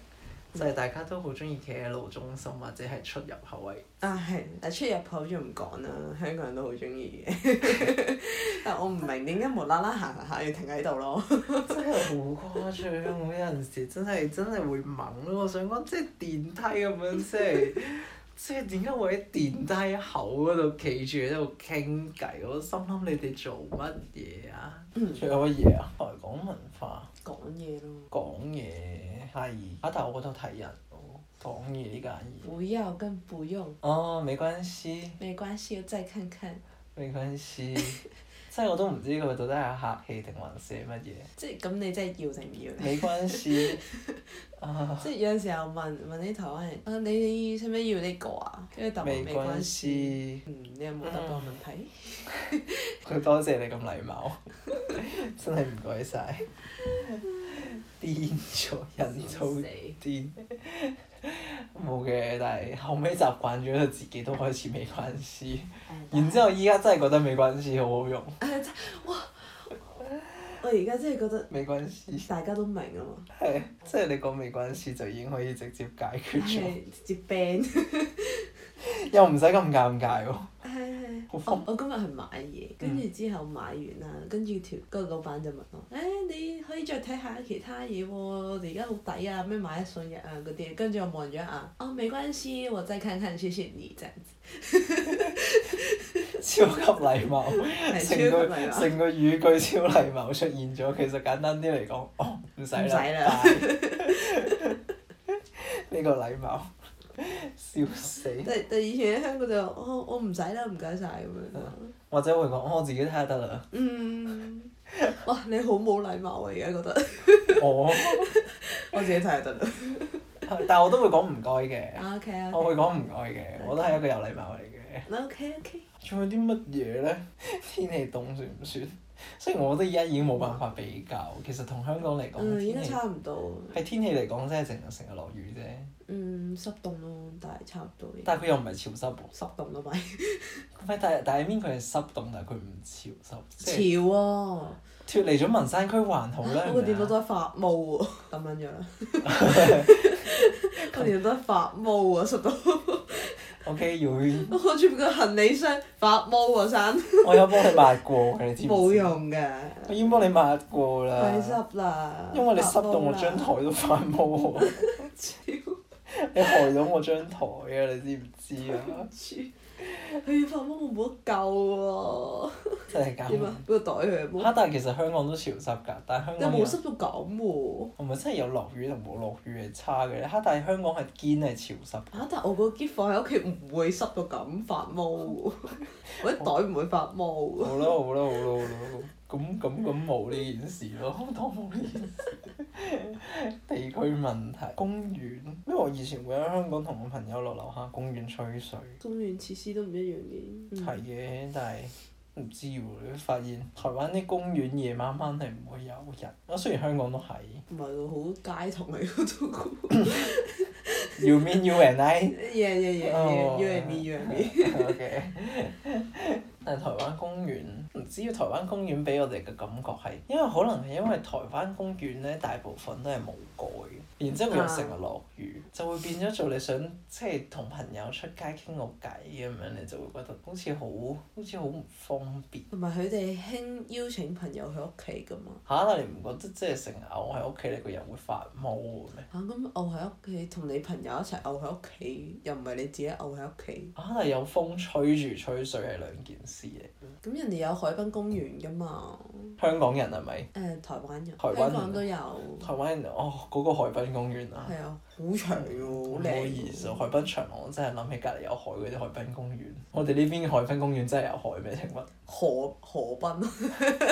S1: 就係大家都好中意企喺路中心或者係出入口位。
S2: 啊係，但出入口就唔講啦，香港人都好中意嘅。 [laughs] 但我唔明點解無啦啦行行下要停喺度咯。
S1: 真係好誇張喎！有陣時真係真係會猛咯，我想講即係電梯咁樣，即係 [laughs] 即係點解會喺電梯口嗰度企住喺度傾偈？我心諗你哋做乜嘢啊？仲有乜嘢啊？台港文化
S2: 講嘢咯，
S1: 講嘢係啊，但係我覺得睇人咯，講嘢呢間嘢。
S2: [laughs] 不要跟不用，
S1: 哦，沒關係，
S2: 沒關係，再看看。
S1: 沒關 [laughs] 係，即係我都唔知佢到底係客氣定還是乜嘢。
S2: 即係咁，你真係要定唔要咧？
S1: 沒關係啊。
S2: 即係有陣時候問問啲台灣人啊，你你使唔使要呢個啊？跟住答我
S1: 沒
S2: 沒
S1: 關
S2: 關係。
S1: 係，
S2: 嗯，你有冇答到我問題？
S1: 佢多謝你咁禮貌， [laughs] 真係唔該晒。癲咗人都癲，冇嘅，但係後尾習慣咗，就自己都開始沒關係。然之後依家真係覺得沒關係好好用，
S2: 我而家真係覺得
S1: 沒關係
S2: 大家都明啊嘛，
S1: 係即係你講沒關係就已經可以直接解決咗，
S2: 係直接 ban。
S1: 又唔使咁尷尬喎。
S2: 係
S1: 好方
S2: 我我今日去買嘢，跟住之後買完啦，跟住條嗰個老闆就問我：，誒、你可以再睇下其他嘢喎，我哋而家好抵啊，咩買一送一啊嗰啲。跟住我望咗一眼，哦，沒關係，我再看看，謝謝你，這樣子。
S1: 超級禮貌，成個
S2: 超級禮貌
S1: 成個語句超禮貌出現咗。其實簡單啲嚟講，哦，唔使啦，
S2: 唔使啦
S1: 拜 [laughs] 呢個禮貌，笑死。
S2: 但但以前喺香港就，哦，我唔使啦，唔該晒咁樣。
S1: 或者會講，哦我自己睇下得
S2: [laughs]
S1: 啦。
S2: 嗯，哇！你好冇禮貌啊，而家覺得。
S1: 我，
S2: 我自己睇就得啦。
S1: 但係我都會講唔該嘅，
S2: O K
S1: 我
S2: O
S1: 會講唔該嘅，我都係一個有禮貌嚟嘅。
S2: K。O K O K。
S1: 仲有啲乜嘢咧？天氣凍算唔算？雖然我覺得而家已經冇辦法比較，其實同香港嚟講，
S2: 嗯，應
S1: 天
S2: 該
S1: 氣
S2: 差唔多。
S1: 係天氣嚟講，真係成日成日落雨啫。
S2: 嗯，濕凍咯，但係差唔多嘅。
S1: 但係佢又唔係潮濕喎，
S2: 濕凍咯咪。
S1: 唔係但係但係面佢係濕凍，但係佢唔潮濕，即係
S2: 潮啊！
S1: 脱離咗文山區還好啦。
S2: 我個
S1: 係咪
S2: 電腦
S1: 啊
S2: 都係發毛喎，咁
S1: [laughs]
S2: 樣樣啦。我電腦都係發毛啊，濕到
S1: OK，遠，
S2: 我住個行李箱發毛啊，生
S1: 我有幫你抹過嘅，你知唔知？啊
S2: 冇。用㗎，
S1: 我已經幫你抹過啦。
S2: 太濕啦。
S1: 因為你濕
S2: 發毛
S1: 到我
S2: 啦
S1: 張台都發毛喎，
S2: [laughs] 超
S1: 你害到我張台啊！你知唔知啊？
S2: 住，佢發毛我冇得救喎。
S1: 真係搞
S2: 點啊？俾個袋佢冇，
S1: 嚇！但係其實香港都潮濕㗎，但係香港
S2: 但冇
S1: 有
S2: 濕到咁喎。
S1: 係咪真係有落雨同冇落雨係差嘅咧？嚇！但係香港係堅係潮濕。
S2: 啊！但我個結放喺屋企唔會濕到咁發毛喎，我啲袋唔會發毛喎。
S1: 好啦好啦好啦好啦，好咁咁咁冇呢件事咯， [laughs] 當冇呢件事。地區問題，公園，因為我以前會喺香港同我朋友落樓下公園吹水，
S2: 公園設施都唔一樣嘅。嗯
S1: 係嘅，但係唔知喎，你發現台灣啲公園夜晚晚係唔會有人，啊雖然香港都係。
S2: 唔係喎，好街童嚟嗰度。
S1: You mean you and I？
S2: Yeah yeah yeah yeah, you and me, you and me。
S1: O.K. [laughs] 但係台灣公園唔知台灣公園俾我哋嘅感覺係，因為可能係因為台灣公園咧大部分都係冇蓋嘅，然之後又成日落雨，就會變咗做你想即係同朋友出街傾個偈咁樣，你就會覺得好似好好似好唔方便。
S2: 同埋佢哋興邀請朋友去屋企噶嘛。
S1: 嚇！但你唔覺得即係成日嘔喺屋企，你個人會發毛嘅咩？
S2: 嚇咁漚喺屋企，同你朋友一齊漚喺屋企，又唔係你自己漚喺屋企。
S1: 啊！但係有風吹住吹水係兩件事嚟。
S2: 咁人哋有海濱公園噶嘛？
S1: 香港人係咪？
S2: 誒、呃台灣人，
S1: 台灣人啊
S2: 香港都有。係
S1: 台灣人哦，嗰、個海濱公園啊！
S2: 啊，好長喎，
S1: 唔
S2: 好靚
S1: 好意思，
S2: 喎。
S1: 海濱長廊我真係諗起隔離有海嗰啲海濱公園。我哋呢邊嘅海濱公園真係有海咩？請問
S2: 河河濱，啊 [laughs]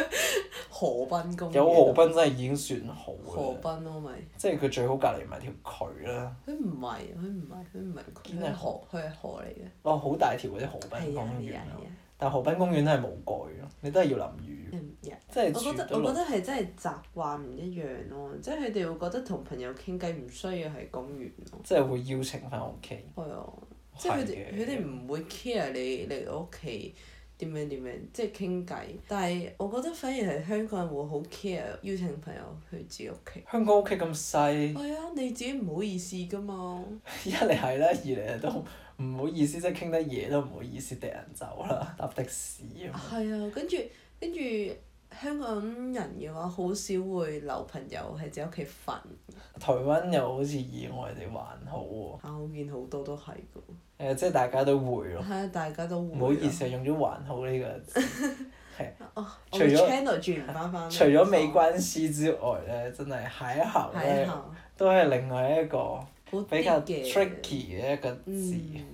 S2: 河濱公園。啊
S1: 有河。濱真係已經算好
S2: 河
S1: 啦，
S2: 濱咯，咪
S1: 即係佢最好隔離咪條渠啦。
S2: 佢唔係，佢唔係，佢唔係，
S1: 堅
S2: 佢
S1: 係
S2: 係河，佢係河嚟嘅。
S1: 哦，好大條嗰啲河濱
S2: 係
S1: 公
S2: 啊係
S1: 園
S2: 啊
S1: 啊
S2: 係啊，
S1: 但河濱公園都係冇蓋咯，你都係要淋雨，
S2: 嗯呀
S1: 即係
S2: 我覺得
S1: 住到
S2: 我覺
S1: 落。
S2: 得係真係習慣唔一樣咯，即係佢哋會覺得同朋友傾偈唔需要喺公園咯。
S1: 即係會邀請翻屋企，
S2: 係啊，即係佢哋
S1: 係嘅
S2: 佢哋唔會 care 你嚟我屋企點樣點樣，即係傾偈。但係我覺得反而係香港人會好 care 邀請朋友去自己屋企。
S1: 香港屋企咁細， [laughs]
S2: 係啊，你自己唔好意思㗎嘛。
S1: 一嚟係啦，二嚟都唔好意思，即係傾得嘢都唔好意思，掟人走啦，搭的士咁。
S2: 係啊，跟住跟住香港人嘅話，好少會留朋友喺自己屋企瞓。
S1: 台灣又好似意外地還好喎。
S2: 啊，我見好多都係㗎。
S1: 誒、呃即哦係大家都會咯。
S2: 係啊，大家都會。
S1: 唔好意。思，啊用咗還好呢個字。係，
S2: 哦，
S1: 除
S2: 我個
S1: 咗
S2: channel 轉唔翻翻。
S1: 除咗美關師之外咧，真係下一行
S2: 係
S1: 咧
S2: 啊，
S1: 都係另外一個
S2: 好啲嘅
S1: 比較 tricky 嘅一個字。
S2: 嗯，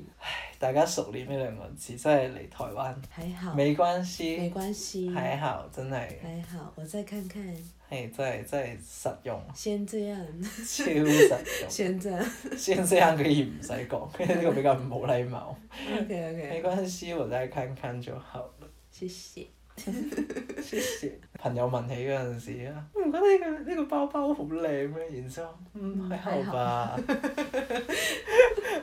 S1: 大家熟練呢兩個字，真係嚟台灣。
S2: 還好，
S1: 美關師
S2: 沒哦關係，
S1: 下一行真係
S2: 還好，我再看看，
S1: 係真係真係實用，
S2: 先這樣，
S1: 超實
S2: [laughs]
S1: 用。[laughs]
S2: 先這樣
S1: 先生居然唔使講，呢個比較唔好禮貌。
S2: ，OK OK，
S1: 美關師我真係看看就好了。
S2: 謝謝。
S1: 朋友問起嗰陣時啊，唔覺得呢、個呢、個包包好靚咩？然之後，嗯，喺後吧。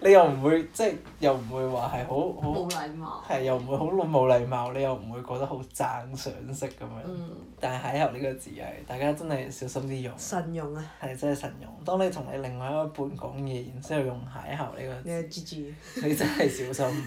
S1: 你又唔會即係又唔會話係好好
S2: 冇禮貌。
S1: 係又唔會好冇禮貌，你又唔會覺得好讚賞式咁樣。
S2: 嗯，
S1: 但係喺後呢個字係大家真係小心啲用，
S2: 慎用啊，
S1: 係真係實用。當你同你另外一半講嘢，然之後用喺後呢個字
S2: 你。係 G G，
S1: 你真係小心，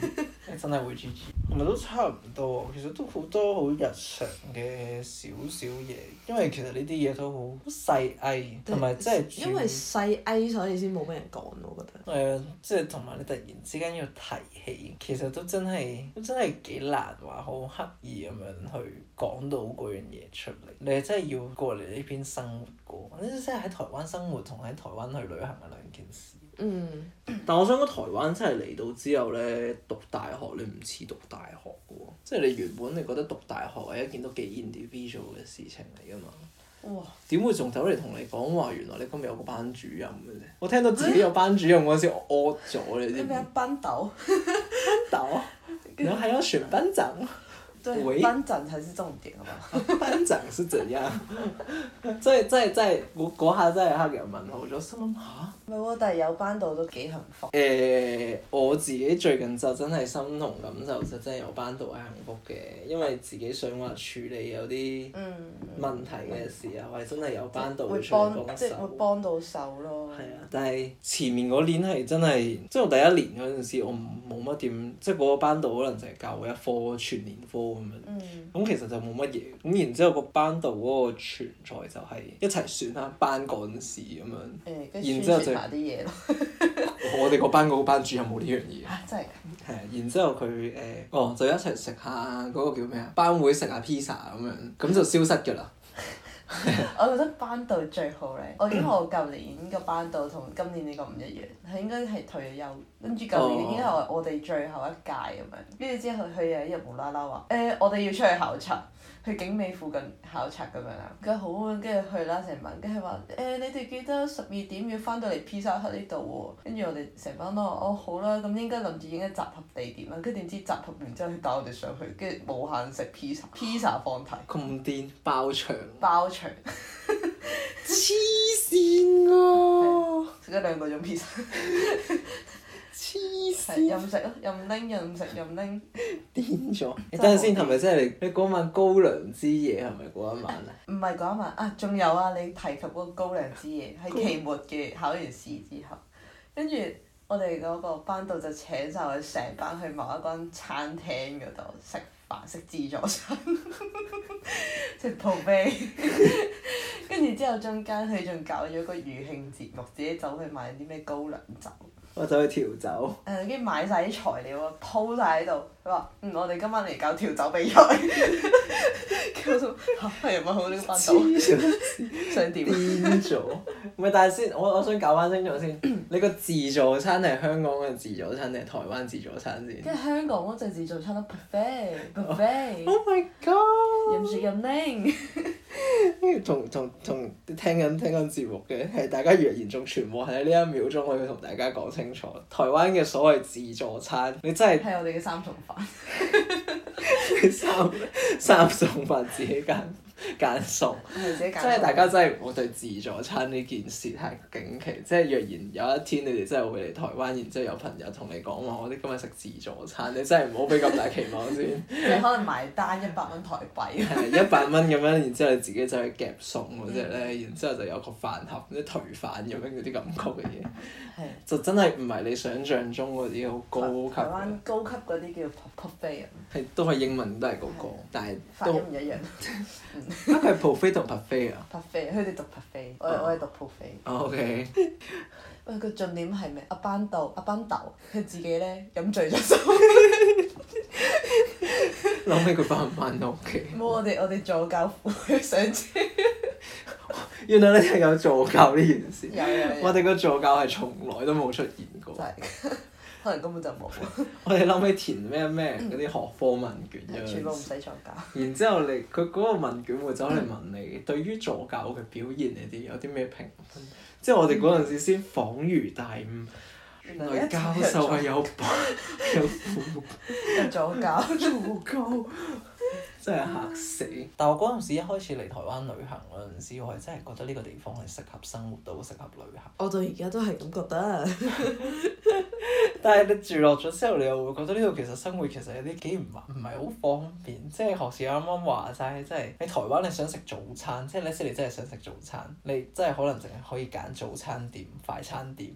S1: 你真係會 GG。同埋都差唔多，其實都好多好日常嘅少少嘢，因為其實呢啲嘢都好細藝，同埋即係
S2: 因為細 A 所以先冇咩人講，我覺得。
S1: 誒、即係同埋你突然之間要提起，其實都真係都真係幾難話好刻意咁樣去講到嗰樣嘢出嚟。你係真係要過嚟呢邊生活過，呢啲真係喺台灣生活同喺台灣去旅行係兩件事。
S2: 嗯，
S4: 但我想講台灣真係嚟到之後咧，讀大學你唔似讀大學嘅喎，即係你原本你覺得讀大學係一件都幾 individual 嘅事情嚟㗎嘛，
S2: 哇，
S4: 點會仲走嚟同你講話原來你今日有個班主任嘅啫？我聽到自己有班主任嗰陣時，我噏咗你知唔
S2: 咩
S4: 知？ [laughs]
S2: 咩班豆，
S4: 豆，然後係我全班長，
S2: 对，
S1: 喂
S2: 班长才是重啊点，好不好？
S1: 班長是怎樣？即係即係即係，我嗰下真係黑人問號咗，心諗吓？
S2: 唔係喎，但係有班導都幾幸福。
S1: 誒、我自己最近就真係心同感受，就真係有班導係幸福嘅，因為自己想話處理有啲
S2: 嗯，
S1: 問題嘅時候，係真係有班導
S2: 會
S1: 會出嚟
S2: 幫
S1: 幫
S2: 即係會
S1: 手。
S2: 幫到手咯。
S1: 係啊，但係前面嗰年係真係，即係我第一年嗰陣時，我唔冇乜點，即係嗰個班導可能就係教我一科全年科咁樣。
S2: 嗯，
S1: 咁其實就冇乜嘢，咁然之後個班導嗰個存在就係一齊選下班幹事咁樣。
S2: 誒，跟住
S1: 然
S2: 宣
S1: 之後就
S2: 傳下啲嘢咯，
S1: 我哋個班嗰個班主任冇呢樣嘢，
S2: 啊真係㗎。
S1: 係啊。然之後佢誒、哦就一齊食下嗰個叫咩啊？班會食下 pizza 咁樣，咁就消失㗎啦。
S2: [laughs] 我覺得班導最好咧，我因為我舊年個班導同今年呢個唔一樣，佢應該係退咗休，跟住舊年已經係我哋最後一屆咁樣，跟住之後佢有一日無啦啦話，誒、我哋要出去考察，去景美附近考察咁樣啦，跟住好啊，跟住去啦成晚，跟住佢話誒你哋記得十二點要翻到嚟 P 三黑呢度喎，跟住我哋成班都話哦好啦，咁應該諗住應該集合地點啦，跟住點知集合完之後佢帶我哋上去，跟住無限食 pizza，pizza 放題
S1: 咁癲包場，
S2: 包場。
S1: 黐線啊！
S2: 食咗兩個種 pizza，
S1: 黐
S2: 係
S1: 線
S2: 任食咯，任拎任食任拎，
S1: 癲咗！你
S2: 真係
S1: 等陣先，
S2: 好
S1: 係咪真係你你嗰晚高粱之夜係咪嗰一晚啊？
S2: 唔係嗰一晚啊，仲有啊，你提及嗰個高粱之夜，喺期末嘅考完試之後，跟住我哋嗰個班導就請晒我哋成班去某一間餐廳嗰度食飯，食自助餐， [laughs] 食 p r 跟住之後中間佢仲搞咗個餘慶節目，自己走去買啲咩高粱酒。
S1: 我走去調酒。
S2: 誒，跟住買晒啲材料啊，鋪晒喺度。佢話：嗯，我哋今晚嚟搞調酒比賽。跟住我話嚇係咪好呢個班
S1: 黐
S2: 組
S1: 線
S2: 想點？
S1: 癲咗，唔係，但係先，我我想搞翻清楚先，你個自助餐係香港嘅自助餐定係台灣自助餐先
S2: 跟住香港嗰陣自助餐都 buffet，buffet，
S1: ？Oh my
S2: 任
S1: god！
S2: 食任拎。
S1: 同同同聽緊聽緊節目嘅係大家若然仲全部喺呢一秒鐘，我要同大家講清楚，台灣嘅所謂自助餐，你真係
S2: 係我哋嘅三重
S1: [laughs]
S2: 飯，
S1: 三三餸飯自己揀揀餸。
S2: 我哋自己揀。
S1: 即係大家真係唔好對自助餐呢件事太警惕，即係若然有一天你哋真係會嚟台灣，然之後有朋友同你講話，我哋今日食自助餐，你真係唔好俾咁大期望 [laughs] 先。
S2: 即係可能埋單一百蚊台幣。
S1: 係一百蚊咁樣，然之後你自己就去夾餸嗰只咧，然之後就有個飯盒，啲頹飯咁樣嗰啲感覺嘅嘢，
S2: 係。
S1: 就真係唔係你想象中嗰啲好高級
S2: 台
S1: 嘅
S2: 灣，高級嗰啲叫 buffet 啊，
S1: 係都係英文都係嗰個，但係
S2: 發
S1: 都
S2: 音
S1: 啊
S2: 唔一樣。
S1: 佢係 buffet 同 buffet 啊。
S2: buffet，佢哋讀 buffet，我哋我哋讀 buffet。
S1: 哦 OK，
S2: 喂，個重點係咩？阿班豆，阿班豆，佢自己咧飲醉咗酒。
S1: 諗起佢翻唔翻到屋企？
S2: 冇，我哋我哋助教父去上車。
S1: 原來你係有助教呢件事。
S2: 有有有。
S1: 我哋個助教係從來都冇出現過
S2: 就。係， [laughs] 可能根本就冇，
S1: 我哋諗起填咩咩嗰啲學科問卷咁
S2: 全部唔
S1: 樣，
S2: 使助教。
S1: 然之後你佢嗰個問卷會走嚟問你，對於助教嘅表現你哋有啲咩評分？即係我哋嗰陣時先恍如大悟，
S2: 原
S1: 原來
S2: 一
S1: 教
S2: 齊
S1: 授係有有副
S2: 有助教。 [laughs]
S1: 助教，真係嚇死！
S5: 但我嗰陣時一開始嚟台灣旅行嗰陣時，我係真係覺得呢個地方係適合生活到適合旅行。
S2: 我到而家都係咁覺得。
S5: 但係你住落咗之後，你又會覺得呢度其實生活其實有啲幾唔唔係好方便，即係學士啱啱話齋，即係你台灣你想食早餐，即係你識你真係想食早餐，你真係可能淨係可以揀早餐店、快餐店，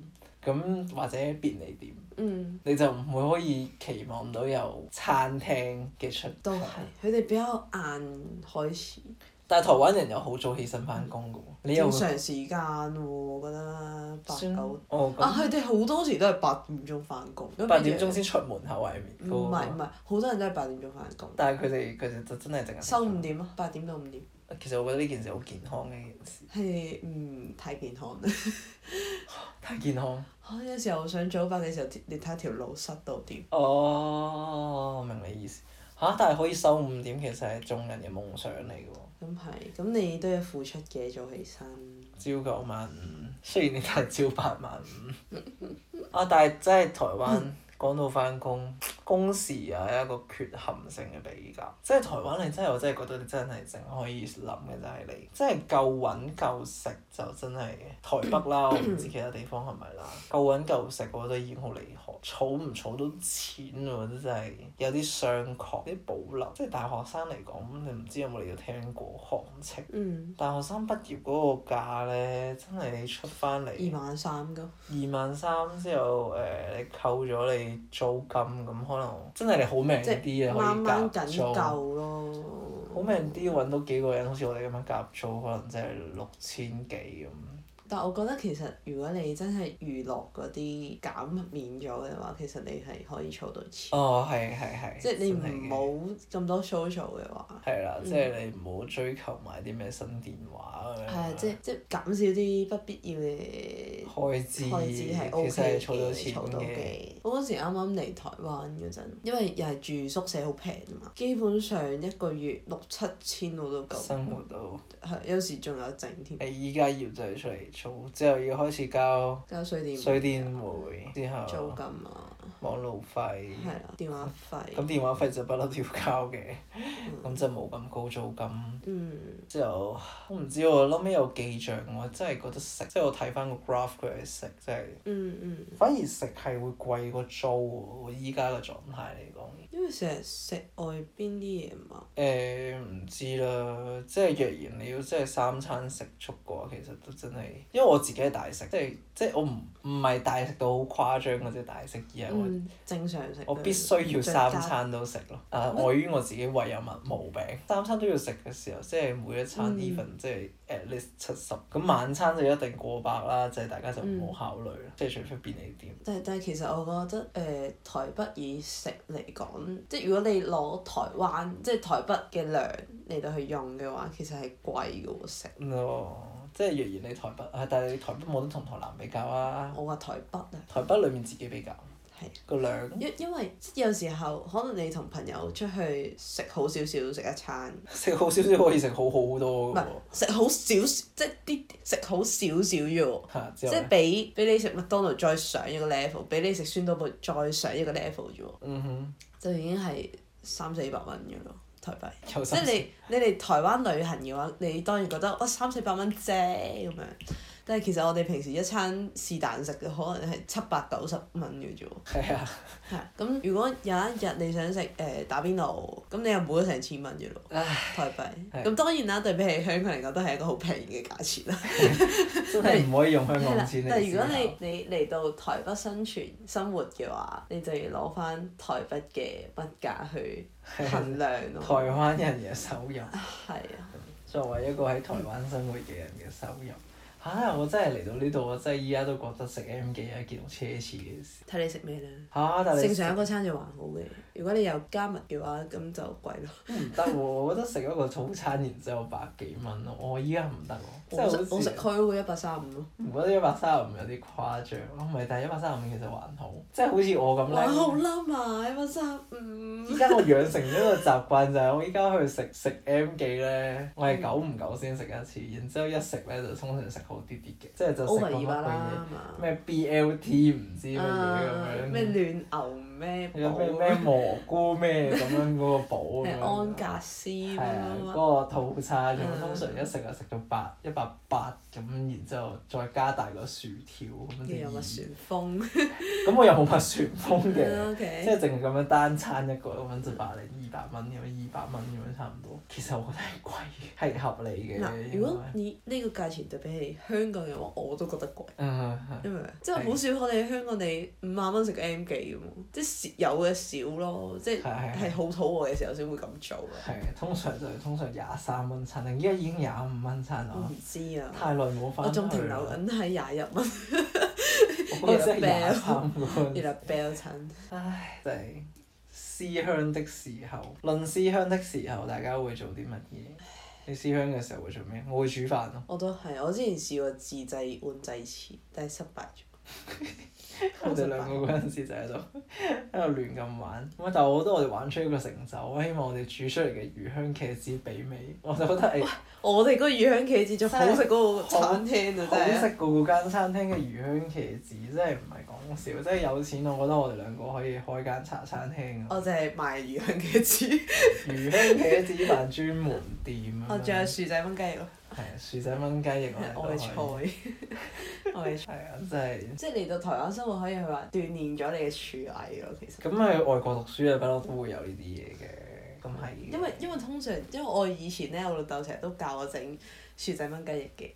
S5: 咁或者便利店，
S2: 嗯，
S5: 你就唔會可以期望到有餐廳嘅出現。
S2: 都係，佢哋比較晏開始，
S5: 但係台灣人又好早起身翻工嘅喎，你又
S2: 正
S5: 會
S2: 常時間喎，我覺得八
S5: 算
S2: 九。
S5: 哦
S2: 啊，
S5: 咁
S2: 佢哋好多時都係八點鐘翻工。
S5: 八點鐘。先出門口外面
S2: 唔
S1: 哦
S2: 係
S5: 嗰
S2: 唔
S5: 個
S2: 係，好多人都係八點鐘翻工，
S5: 但係佢哋佢哋就真係淨係
S2: 收五點啊，八點到五點。
S5: 其實我覺得呢件事好健康嘅一件事，
S2: 係唔太健康。
S5: 太健康。
S2: 我有時候想早瞓嘅時候，你睇下條路塞到點。
S5: 哦，我明你意思。嚇、但係可以收五點，其實係眾人嘅夢想嚟嘅喎。
S2: 咁係，咁你都要付出嘅，早起身。
S5: 朝九晚五，雖然你都係朝八晚五。啊，但係真係台灣講到翻工，
S1: 工時啊一個缺陷性嘅比較，即係台灣你真係我真係覺得你真係淨可以諗嘅就係你，真係夠揾夠食就真係台北啦，我唔知其他地方係咪啦，夠揾夠食我覺得已經好厲害，儲唔儲到錢我覺得真係有啲商榷，有啲保留，即係大學生嚟講，你唔知有冇你要聽過行情。
S2: 嗯，
S1: 大學生畢業嗰個價咧，真係你出翻嚟
S2: 二萬三噶，
S1: 二萬三之後，誒、你扣咗你租金咁，可能真係你好命
S2: 即係
S1: 啲啊，
S2: 掹掹
S1: 可以夾
S2: 緊
S1: 租。
S2: 夠咯。
S1: 好命啲揾到幾個人，好似我哋咁樣夾租，可能真係六千幾咁。
S2: 但我覺得其實如果你真係娛樂嗰啲減免咗嘅話，其實你係可以儲到錢，
S1: 哦，係係係。
S2: 即係你
S1: 真係嘅
S2: 唔好咁多 social 嘅話，
S1: 係啦，
S2: 嗯
S1: 即係你唔好追求買啲咩新電話咁樣。
S2: 係啊，即係即係減少啲不必要嘅
S1: 開支，
S2: 開支係 O
S1: 其實
S2: K
S1: 係儲到
S2: 儲到
S1: 錢嘅。
S2: 嘅。我嗰時啱啱嚟台灣嗰陣，因為又係住宿舍好平啊嘛，基本上一個月六七千我都夠，
S1: 生活到
S2: 係有時仲有剩添，
S1: 你依家要就係出嚟租，之後要開始交
S2: 交水電
S1: 水電煤，之後
S2: 租金啊，
S1: 網路費，
S2: 係啦，電話
S1: 咁
S2: 費，
S1: 電話費就不嬲都要交嘅，
S2: 嗯
S1: 咁就冇咁高租金。
S2: 嗯。
S1: 之後我唔知喎，後尾有記帳，我真係覺得食，即係我睇翻個 graph 佢係食，即係
S2: 嗯嗯，
S1: 反而食係會貴過租喎。我依家嘅狀態嚟講，
S2: 因為成日食外邊啲嘢嘛，
S1: 誒、唔知啦，即係若然你要即係三餐食足嘅話，其實都真係，因為我自己係大食，即係即係我唔唔係大食到好誇張嗰隻大食，而係我。
S2: 嗯，正常食。
S1: 我必須要三。餐都食咯，誒、礙於我自己胃有物毛病，三餐都要食嘅時候，即係每一餐
S2: 嗯
S1: even 即係 at least 七十，咁晚餐就一定過百啦，就係大家就
S2: 嗯
S1: 唔好考慮啦，即係除非便利店。
S2: 但係但係其實我覺得誒、呃台北以食嚟講，即係如果你攞台灣即係台北嘅糧嚟到去用嘅話，其實係貴嘅喎食。
S1: 咯，即係若然你台北，啊但係你台北冇得同台南比較啊，
S2: 我話台北啊，
S1: 台北裡面自己比較
S2: 係
S1: 個量。
S2: 因因為即係有時候可能你同朋友出去食好少少食一餐，
S1: 食好少少可以食好好
S2: 唔
S1: 多嘅
S2: 係
S1: 喎
S2: 食好少少即係啲食好少少啫喎。
S1: 嚇，之
S2: 即
S1: 後
S2: 係
S1: 呢
S2: 比比你食麥當勞再上一個 level，比你食酸豆腐再上一個 level 啫喎，
S1: 嗯哼，
S2: 就已經係三四百蚊嘅咯台幣。
S1: 有
S2: 即
S1: 心
S2: 係你你嚟台灣旅行嘅話，你當然覺得哇三四百蚊啫咁樣，但係其實我哋平時一餐是但食嘅可能係七百九十蚊嘅啫喎。
S1: 係啊，
S2: 係啊咁如果有一日你想食誒、呃打邊爐，咁你又冇咗成千蚊嘅咯 [laughs]
S1: 唉，
S2: 台幣。
S1: 係
S2: 咁當然啦，對比起香港嚟講，都係一個好平嘅價錢
S1: [laughs]
S2: 啦。
S1: 真係唔可以用香
S2: 係
S1: 港
S2: 啦
S1: 錢，
S2: 但
S1: 嚟思
S2: 係如果
S1: 考
S2: 你你嚟到台北生存生活嘅話，你就要攞翻台北嘅物價去衡量
S1: 台
S2: 咯。
S1: 灣人嘅收入。
S2: 係啊，
S1: 作為一個喺台灣生活嘅人嘅收入，嚇、我真係嚟到呢度，我真係依家都覺得食 M 記係一件好奢侈嘅事。
S2: 睇你食咩啦。
S1: 嚇、但係你
S2: 正常一個餐就還好嘅，如果你有加密嘅話，咁就貴咯。
S1: 唔得喎，我覺得食一個早餐然之後百幾蚊咯，我依家唔得喎，即係
S2: 我食
S1: 好
S2: 我
S1: 似
S2: 食
S1: 啊
S2: 開會一百三十五咯，
S1: 唔覺得一百三十五有啲誇張咯，唔係，但係一百三十五其實還好，即係好似我咁
S2: 哇好
S1: 咧。
S2: 啦嘛，一百三十五。
S1: 依家我養成咗一個習慣就係我依家去食食 M 記咧，我係久唔久先食一次，然之後一食咧就通常食好啲啲嘅，即係就食
S2: over
S1: 個乜
S2: 二百
S1: 鬼嘢。
S2: 啦嘛，
S1: 咩 BLT 唔知乜嘢
S2: 啊
S1: 咁樣，
S2: 咩暖牛咩
S1: 有
S2: 堡
S1: 咩咩蘑菇咩咁樣嗰個堡咁
S2: [laughs] 咩
S1: 樣，
S2: 安格斯
S1: 係
S2: 乜
S1: 啊
S2: 乜
S1: 嗰
S2: 乜
S1: 個套餐咁
S2: 嗯
S1: 樣，通常一食就食到八一百八咁，然之後再加大個薯條咁
S2: 又
S1: 樣
S2: 有蜜
S1: 就
S2: 旋風。
S1: 二咁我又冇乜旋風嘅，
S2: [laughs] O
S1: 即係
S2: K。
S1: 淨係咁樣單餐一個咁樣就百零二百蚊咁樣，二百蚊咁樣差唔多。其實我覺得係貴，係合理嘅
S2: 嗱，
S1: 應
S2: 如果
S1: 該。
S2: 以呢個價錢對比起香港嘅話，我都覺得貴，
S1: 嗯，
S2: 因為即係好少我哋香港你五萬蚊食個 M 記咁喎，即係有嘅少咯，即係
S1: 係係係
S2: 係好肚餓嘅時候先會咁做嘅。
S1: 係通常就係通常廿三蚊餐，定依家已經廿五蚊餐啦
S2: 我。唔知啊，
S1: 太耐冇翻
S2: 我仲停留緊喺廿一蚊，
S1: 我真係廿三個
S2: 原來 bell 親。
S1: 唉，真係思鄉的時候，論思鄉的時候，大家會做啲乜嘢？你思鄉嘅時候會做咩？我會煮飯咯。
S2: 啊
S1: [laughs]
S2: 我都係，我之前試過自製碗仔翅，但係失敗咗。
S1: 我哋兩個嗰陣時就喺度 [laughs] 喺度亂咁玩，咁啊但係我覺得我哋玩出一個成就，我希望我哋煮出嚟嘅魚香茄子媲美，我就覺得係
S2: 我哋嗰個魚香茄子仲好食過餐廳啊！
S1: 好
S2: 真係
S1: 食過嗰間餐廳嘅魚香茄子，真係唔係講笑，真係有錢，我覺得我哋兩個可以開間茶餐廳啊，
S2: 我淨係賣魚香
S1: [laughs]
S2: 茄子，
S1: 魚香茄子飯專門店咁樣
S2: 我哦仲有薯仔炆雞翼咯，
S1: 係啊薯仔炆雞翼
S2: 係
S1: 我
S2: [laughs] 我嘅
S1: 哋
S2: 菜，
S1: 都可以，
S2: 我嘅菜。
S1: 係啊，真係。
S2: 即係嚟到台灣生活，可以話鍛鍊咗你嘅廚藝咯，其
S1: 咁
S2: 實。
S1: 去外國讀書啊，不嬲都會有呢啲嘢嘅，咁係。
S2: 因為因為通常因為我以前咧，我老豆成日都教我整薯仔炆雞翼嘅，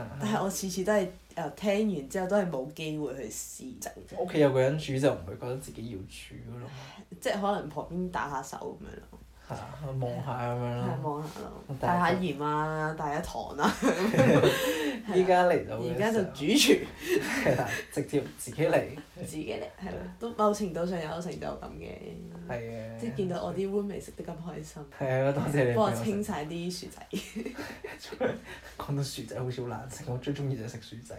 S1: 啊
S2: 但係我次次都係誒、呃、聽完之後都係冇機會去試整，
S1: 屋企有個人煮就唔會覺得自己要煮咯，
S2: 即係可能旁邊打下手咁樣咯，
S1: 係啊，望下咁樣
S2: 係
S1: 啦。
S2: 望下咯，
S1: 但
S2: 帶
S1: 係
S2: 下鹽啊，帶下糖
S1: [laughs]
S2: 啊，
S1: 依家嚟到嘅
S2: 而家就
S1: 時候
S2: 主廚
S1: 係啦，直接自己嚟，
S2: 自己嚟，係咯，都某程度上有成就感嘅，
S1: 係嘅。
S2: 即係見到我啲 roommate 食得咁開心，
S1: 係啊，多謝你
S2: 幫我清
S1: 食。
S2: 晒啲薯仔，
S1: 講到薯仔好似好難食，我最中意就係食薯仔。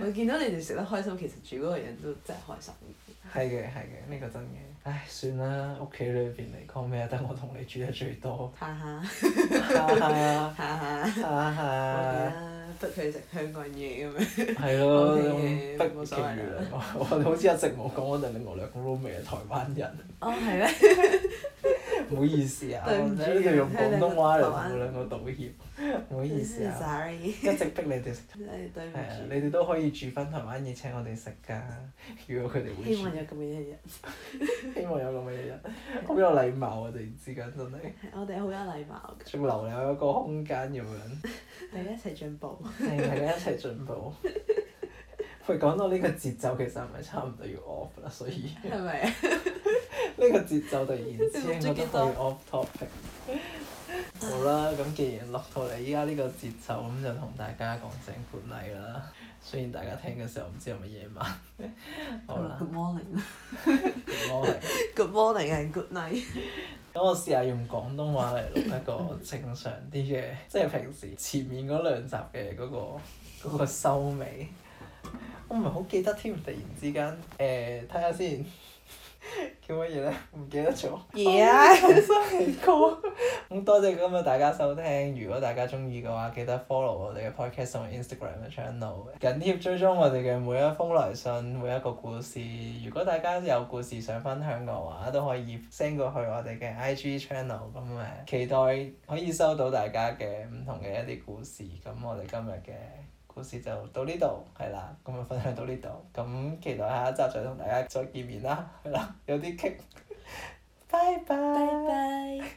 S2: 我見到你哋食得開心，其實煮嗰個人都真係開心嘅。
S1: 係嘅，係嘅，呢個真嘅。唉，算啦，屋企裏邊嚟講咩，得我同你煮得最
S2: [laughs]
S1: 多。
S2: 哈哈
S1: 哈哈
S2: 哈哈。
S1: 哈哈。
S2: 啦，逼佢食香港嘢咁樣。
S1: 係咯，
S2: OK
S1: 咁
S2: 嘅
S1: 不
S2: 冇
S1: 其
S2: 所謂
S1: 餘
S2: 啦
S1: 兩個，我哋好似一直冇講我哋另外兩個 roommate 係台灣人，
S2: [laughs] 哦，係咩？
S1: 唔好意思啊，
S2: 對
S1: 我
S2: 唔住
S1: 哋一定要用廣東話嚟同
S2: 香港
S1: 你兩個道
S2: [laughs]
S1: 歉，唔好意思啊，
S2: Sorry，
S1: 一直逼你哋食，
S2: 真係 [laughs] 對唔
S1: 係啊，你
S2: 住。
S1: 哋都可以煮翻台灣嘢請我哋食㗎，如果佢哋會
S2: 希
S1: 煮
S2: 望，有咁嘅一日，
S1: [laughs] 希望有咁嘅一日，好有禮貌啊！我哋之間真係，
S2: 我哋好有禮貌嘅，
S1: 仲留有一個空間咁樣，
S2: 大家一齊進步。
S1: 係大家一齊進步。佢講到呢個節奏，其實係咪差唔多要 off 啦？所以。
S2: 係咪啊？
S1: 呢個節奏突然之間覺得可以 off topic。好啦，咁既然落到嚟依家呢個節奏，咁就同大家講聲 good night 啦。雖然大家聽嘅時候唔知係咪夜晚。好啦
S2: Good morning，Good
S1: ，good morning
S2: morning and good night。
S1: 咁我試下用廣東話嚟錄一個正常啲嘅，即係平時前面嗰兩集嘅嗰、個嗰、個收尾。我唔係好記得添，突然之間，誒睇下先， [laughs] 叫乜嘢咧？唔記得咗。哦
S2: Yeah，
S1: 重新嚟過。咁多謝今日大家收聽，如果大家中意嘅話，記得 follow 我哋嘅 podcast 同埋 Instagram 嘅 channel，緊貼追蹤我哋嘅每一封來信、每一個故事。如果大家有故事想分享嘅話，都可以 send 過去我哋嘅 IG channel。咁誒，期待可以收到大家嘅唔同嘅一啲故事。咁我哋今日嘅故事就到呢度，係啦，咁啊分享到呢度，咁期待下一集再同大家再見面啦，係啦，有啲棘，拜拜。
S2: 拜拜。